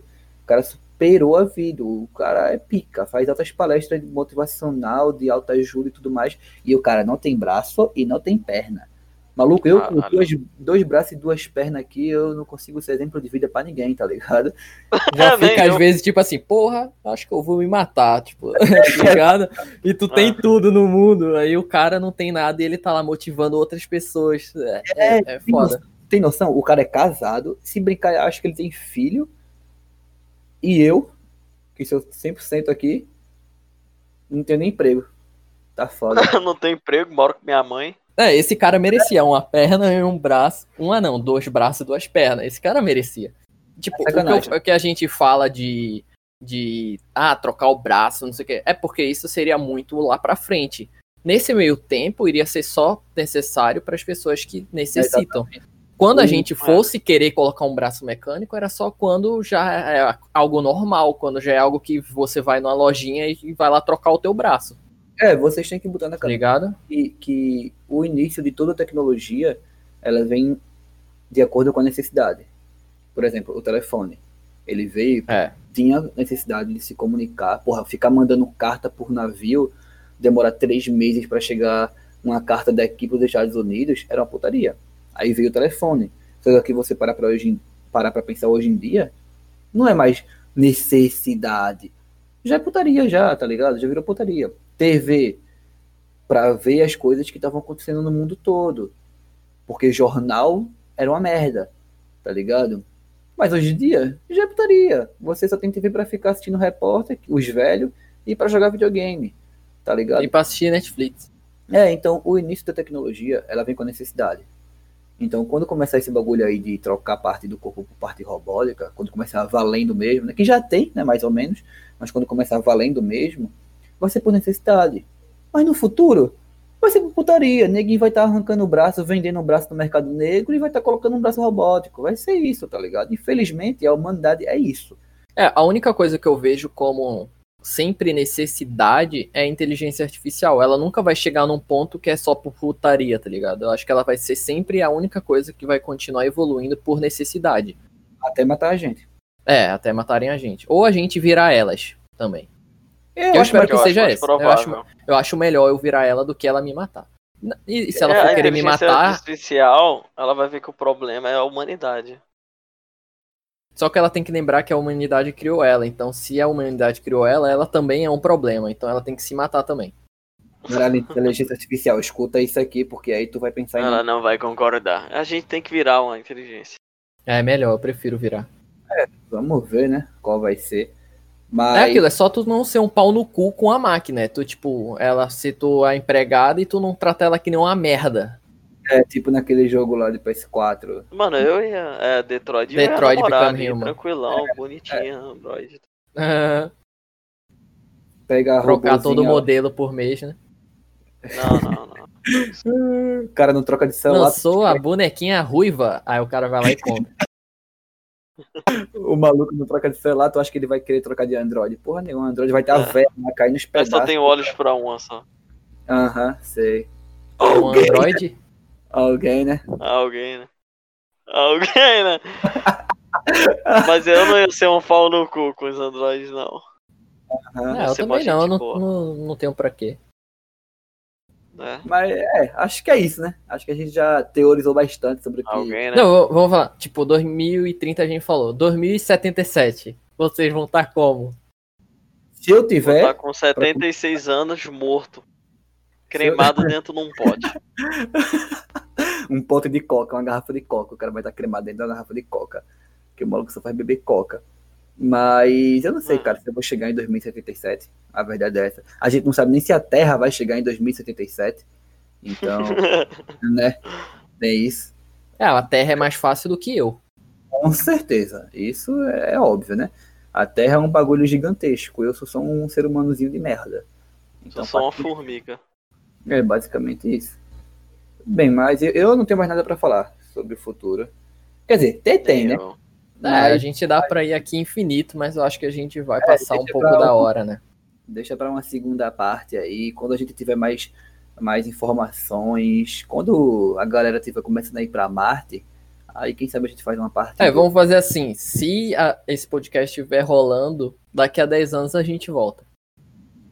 C: O cara superou a vida, o cara é pica, faz altas palestras de motivacional, de alta ajuda e tudo mais, e o cara não tem braço e não tem perna. Maluco, eu com
B: Caralho.
C: dois, dois braços e duas pernas aqui, eu não consigo ser exemplo de vida pra ninguém, tá ligado?
A: Já
B: Nem
A: fica às
B: eu.
A: vezes tipo assim, porra, acho que eu vou me matar, tipo, tá ligado? E tu tem tudo no mundo, aí o cara não tem nada e ele tá lá motivando outras pessoas. É, é, é
C: tem
A: foda.
C: Tem noção? O cara é casado, se brincar, acho que ele tem filho. E eu, que sou 100% aqui, não tenho nem emprego. Tá foda.
B: não tenho emprego, moro com minha mãe.
A: É, esse cara merecia uma perna e um braço. Uma não, dois braços e duas pernas. Esse cara merecia. Tipo,
C: É
A: o que,
C: sacanagem.
A: eu- o que a gente fala de, de. Ah, trocar o braço, não sei o quê. É porque isso seria muito lá pra frente. Nesse meio tempo, iria ser só necessário para as pessoas que necessitam. Quando a
C: Hum,
A: gente fosse querer colocar um braço mecânico, era só quando já é algo normal, quando já é algo que você vai numa lojinha e vai lá trocar o teu braço,
C: É, vocês têm que botar na
A: tá
C: cabeça
A: ligado?
C: que, que o início de toda tecnologia, ela vem de acordo com a necessidade. Por exemplo, o telefone. Ele veio
A: É.
C: tinha necessidade de se comunicar, porra, ficar mandando carta por navio, demorar três meses para chegar uma carta daqui para os Estados Unidos, era uma putaria. Aí veio o telefone. Só que você parar para hoje, em- parar para pensar hoje em dia, não é mais necessidade. Já é putaria já, tá ligado? Já virou putaria. TV para ver as coisas que estavam acontecendo no mundo todo. Porque jornal era uma merda, tá ligado? Mas hoje em dia, já é putaria. Você só tem TV pra ficar assistindo repórter, os velhos, e pra jogar videogame, tá ligado?
A: E pra assistir Netflix.
C: É, então o início da tecnologia, ela vem com a necessidade. Então, quando começar esse bagulho aí de trocar parte do corpo por parte robótica, quando começar valendo mesmo, né, que já tem, né, mais ou menos, mas quando começar valendo mesmo, vai ser por necessidade. Mas no futuro, vai ser por putaria. Neguinho vai estar arrancando o braço, vendendo o braço no mercado negro e vai estar colocando um braço robótico. Vai ser isso, tá ligado? Infelizmente, a humanidade é isso.
A: É, a única coisa que eu vejo como sempre necessidade é a inteligência artificial. Ela nunca vai chegar num ponto que é só por putaria, tá ligado? Eu acho que ela vai ser sempre a única coisa que vai continuar evoluindo por necessidade.
C: Até matar a gente.
A: É, até matarem a gente. Ou a gente virar elas também.
C: Eu,
A: Eu
C: acho
A: espero
C: melhor.
A: que seja esse. Eu acho- Eu acho melhor eu virar ela do que ela me matar. N- E se ela
B: É,
A: for
B: a
A: querer me
B: inteligência
A: matar,
B: artificial, ela vai ver que o problema é a humanidade.
A: só que ela tem que lembrar que a humanidade criou ela. Então, se a humanidade criou ela, ela também é um problema. Então, ela tem que se matar também.
C: Caralho, inteligência artificial, escuta isso aqui, porque aí tu vai pensar
B: Ela não vai concordar. A gente tem que virar uma inteligência.
A: É melhor, eu prefiro virar.
C: Vamos ver, né? Qual vai ser.
A: É
C: Mas
A: aquilo, é só tu não ser um pau no cu com a máquina. é Tu, tipo, ela se tu é empregada e tu não trata ela que nem uma merda.
C: é tipo naquele jogo lá de PS4.
B: Mano, eu ia. É, Detroit, eu ia
A: Detroit
B: namorar
A: Become
B: ali,
A: Human.
B: tranquilão, bonitinho, Android.
C: Pega a
A: Trocar
C: robozinha,
A: todo o modelo por mês, né?
B: Não, não, não.
C: O cara não troca de celular.
A: Lançou a bonequinha ruiva, aí o cara vai lá e compra.
C: O maluco não troca de celular, tu acha que ele vai querer trocar de Android? Porra nenhuma, Android vai estar
B: É.
C: velho, vai cair nos
B: Eu só
C: pedaços.
B: tenho olhos pra uma só.
C: Aham, sei.
A: Um Android?
C: Alguém, né?
B: Alguém, né? Alguém, né? Mas eu não ia ser um pau no cu com os androides, não.
A: Ah,
B: Ia
A: eu
B: ser mó
A: também não, eu
B: gente
A: não,
B: boa,
A: não, não tenho pra quê.
B: né?
C: Mas é, acho que é isso, né? Acho que a gente já teorizou bastante sobre o que.
B: Alguém, né?
A: Não, vamos- vamos falar. Tipo, 2030 a gente falou. 2077. Vocês vão estar como?
C: Se eu
B: Vou tá
C: tiver,
B: com 76 anos morto. Cremado dentro de um pote.
C: um pote de coca, uma garrafa de coca, o cara vai estar cremado dentro da garrafa de coca. Que o maluco só faz beber coca. Mas eu não sei,
B: Hum.
C: cara, se eu vou chegar em 2077. A verdade é essa. A gente não sabe nem se a Terra vai chegar em 2077. Então, né? É isso.
A: É, a Terra é mais fácil do que eu.
C: Com certeza. Isso é óbvio, né? A Terra é um bagulho gigantesco. Eu sou só um ser humanozinho de merda.
B: Sou
C: Então,
B: só uma formiga.
C: É basicamente isso. Bem, mas eu, eu não tenho mais nada pra falar sobre o futuro. Quer dizer, tem, tem, né?
B: Eu-
A: É,
C: Mas-
A: a gente dá pra ir aqui infinito, mas eu acho que a gente vai passar um
C: deixa
A: pouco
C: pra
A: da
C: um-
A: hora, né?
C: Deixa para uma segunda parte aí, quando a gente tiver mais, mais informações, quando a galera tiver começando a ir para Marte, aí quem sabe a gente faz uma parte.
A: É, vamos fazer assim. Se a- esse podcast estiver rolando, daqui a 10 anos a gente volta.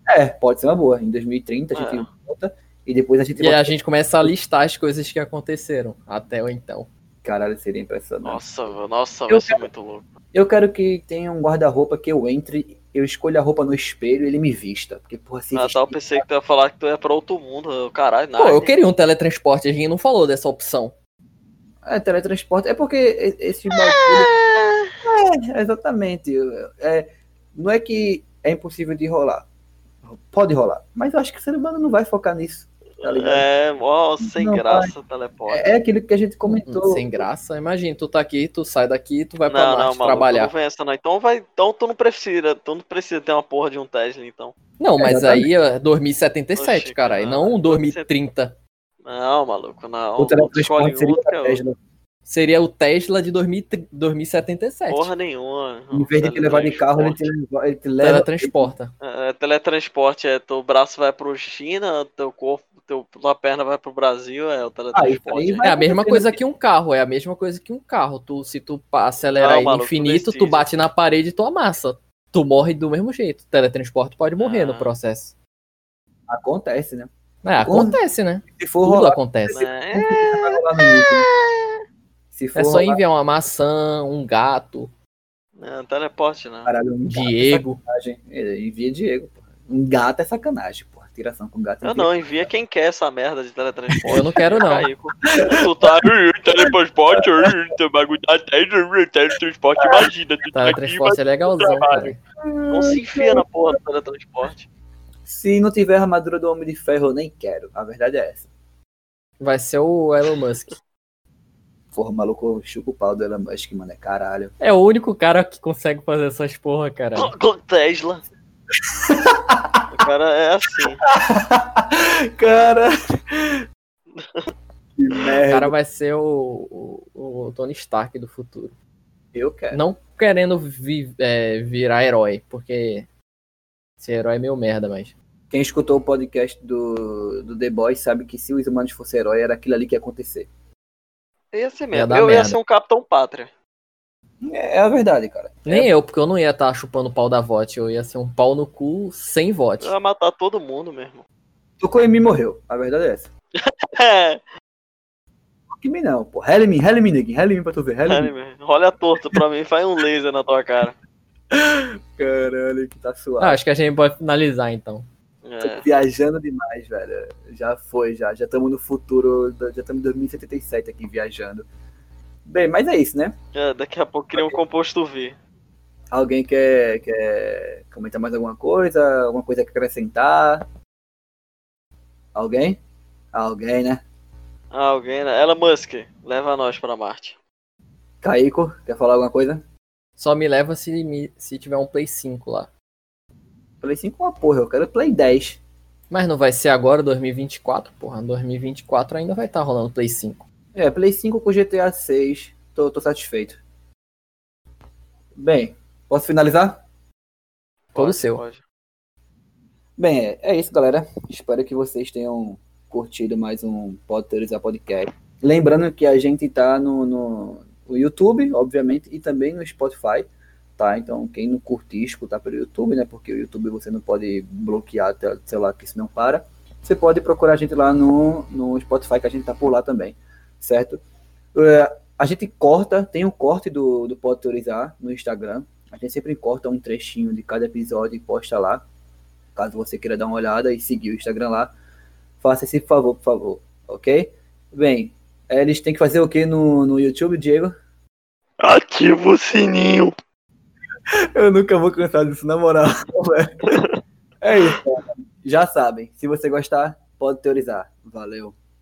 C: É, pode ser uma boa. Em 2030 a gente
B: É.
C: volta e depois a gente
A: E
C: volta.
A: a gente começa a listar as coisas que aconteceram até o então.
C: Caralho, seria impressionante.
B: Nossa, meu- nossa,
C: Eu
B: vai ser muito louco.
C: Eu quero que tenha um guarda-roupa que eu entre, eu escolha a roupa no espelho e ele me vista. Porque, porra, se
B: Ah, tá, eu
C: vestir-
B: pensei que tu ia falar que tu ia pra outro mundo. eu, Caralho,
A: Pô,
B: nada.
A: eu queria um teletransporte, a gente não falou dessa opção.
C: É, teletransporte. É porque e- esse bagulho. É, exatamente. Eu- É, não é que é impossível de rolar. Pode rolar. Mas eu acho que o ser humano não vai focar nisso. Tá ligado? É,
B: É, mó sem
C: Não,
B: graça, teleporte.
C: é aquilo que a gente comentou.
A: Hum, Sem graça. Imagina, tu tá aqui, tu sai daqui, tu vai pra
B: não,
A: Marte
B: não, maluco,
A: trabalhar.
B: não vem essa não. Então vai, então tu não precisa, tu não precisa ter uma porra de um Tesla então.
A: Não, mas aí é 2077,
B: Oxe,
A: cara, e
B: cara,
A: não 2030.
B: Não, maluco, não.
C: o
B: Escolhe um é
C: teletransporte seria
A: é
B: outra,
C: pra Tesla.
A: Seria o Tesla de 2000 2077.
B: porra nenhuma.
C: Em vez de te levar de carro, ele te leva. Ele te leva
A: Teletransporta.
B: É, teletransporte é teu braço vai pro China, teu corpo, teu, tua perna vai pro Brasil, é o
C: Ah,
B: teletransporte.
C: isso aí
A: É
C: vai-
A: a mesma coisa que um carro, é a mesma coisa que um carro. Tu, se tu pa-
B: Não,
A: acelera ele
B: maluco,
A: infinito, tu
B: decide.
A: bate na parede e tu amassa. Tu morre do mesmo jeito. Teletransporte pode morrer
B: Ah.
A: no processo.
C: Acontece, né?
A: É, acontece, né?
C: Se for
A: Tudo
C: rolar,
A: acontece.
B: né?
C: vai rolar no mito, né? Se for
A: É só
C: rolar,
A: enviar uma maçã, um gato,
B: É, teleporte não.
C: caralho, um gato é
A: Diego.
C: sacanagem. É, Envia Diego, porra. Um gato é sacanagem, porra. Tiração com gato. é
B: Eu não, envia quem quer essa merda de teletransporte.
A: Eu não quero, não.
B: Caico. Tu tá "Ih, teletransporte, ih, teu bagulho da Tesla, ih, teletransporte, imagina, tu tá aqui, mas
A: Teletransporte é legalzão, cara.
B: não se enfia na porra do teletransporte.
C: Se não tiver armadura do Homem de Ferro, eu nem quero. A verdade é essa.
A: Vai ser o Elon Musk.
C: Porra, maluco, eu chupa o pau do Elon Musk, mano. É caralho.
A: É o único cara que consegue fazer essas porra, cara.
B: Com, com Tesla. o cara é assim.
C: Cara! que
A: O
C: merda.
A: cara vai ser o, o, o Tony Stark do futuro.
C: Eu quero.
A: Não querendo vi- é, virar herói, porque ser herói é meio merda, mas.
C: Quem escutou o podcast do, do The Boys sabe que se os humanos fossem herói, era aquilo ali que ia acontecer.
B: Ia
A: Ia
B: ser É mesmo.
A: dar
B: Eu ia
A: merda.
B: ser um Capitão Pátria.
C: É, é a verdade, cara.
A: Nem eu, porque eu não ia estar chupando o pau da vote, eu ia ser um pau no cu sem vote.
B: Eu ia matar todo mundo mesmo.
C: Tocou em mim morreu. A verdade é essa.
B: É,
C: Tocou em mim não, pô. Hell em mim, hell em mim, neguinho. Hell em mim pra tu ver. Hell em mim.
B: sério mesmo. Olha torto pra mim, faz um laser na tua cara.
C: Caralho, que tá suado.
A: Ah, acho que a gente pode finalizar então.
B: É.
C: Viajando demais, velho. Já foi, já. Já estamos no futuro. da- Já estamos em 2077 aqui viajando. Bem, mas é isso, né?
B: É, daqui a pouco cria um composto V.
C: Alguém quer, quer comentar mais alguma coisa? Alguma coisa que acrescentar? Alguém? Alguém, né?
B: Ah, alguém, né? Elon Musk, leva nós pra Marte.
C: Caico, quer falar alguma coisa?
A: Só me leva se, me- se tiver um Play 5 lá.
C: Play 5 é uma porra, eu quero Play 10.
A: Mas não vai ser agora, 2024, porra. 2024 ainda vai estar rolando Play 5.
C: É, Play 5 com GTA 6. Tô, tô satisfeito. Bem, posso finalizar?
A: Todo
B: Pode,
A: seu.
B: pode.
C: Bem, é- é isso, galera. Espero que vocês tenham curtido mais um Pode Teorizar Podcast. Lembrando que a gente tá no, no, o YouTube, obviamente, e também no Spotify, tá? Então, quem não curtir, escutar pelo YouTube, né? Porque o YouTube você não pode bloquear, até, sei lá, que isso não para. Você pode procurar a gente lá no, no Spotify, que a gente tá por lá também, certo? É, a gente corta, tem um corte do, do Pode Teorizar no Instagram. A gente sempre corta um trechinho de cada episódio e posta lá. Caso você queira dar uma olhada e seguir o Instagram lá, faça esse favor, por favor, ok? Bem, eh, eles têm que fazer o que no, no YouTube, Diego?
B: Ativa o sininho.
C: Eu nunca vou cansar disso, na moral. velho. É isso. cara. Já sabem. Se você gostar, pode teorizar. Valeu.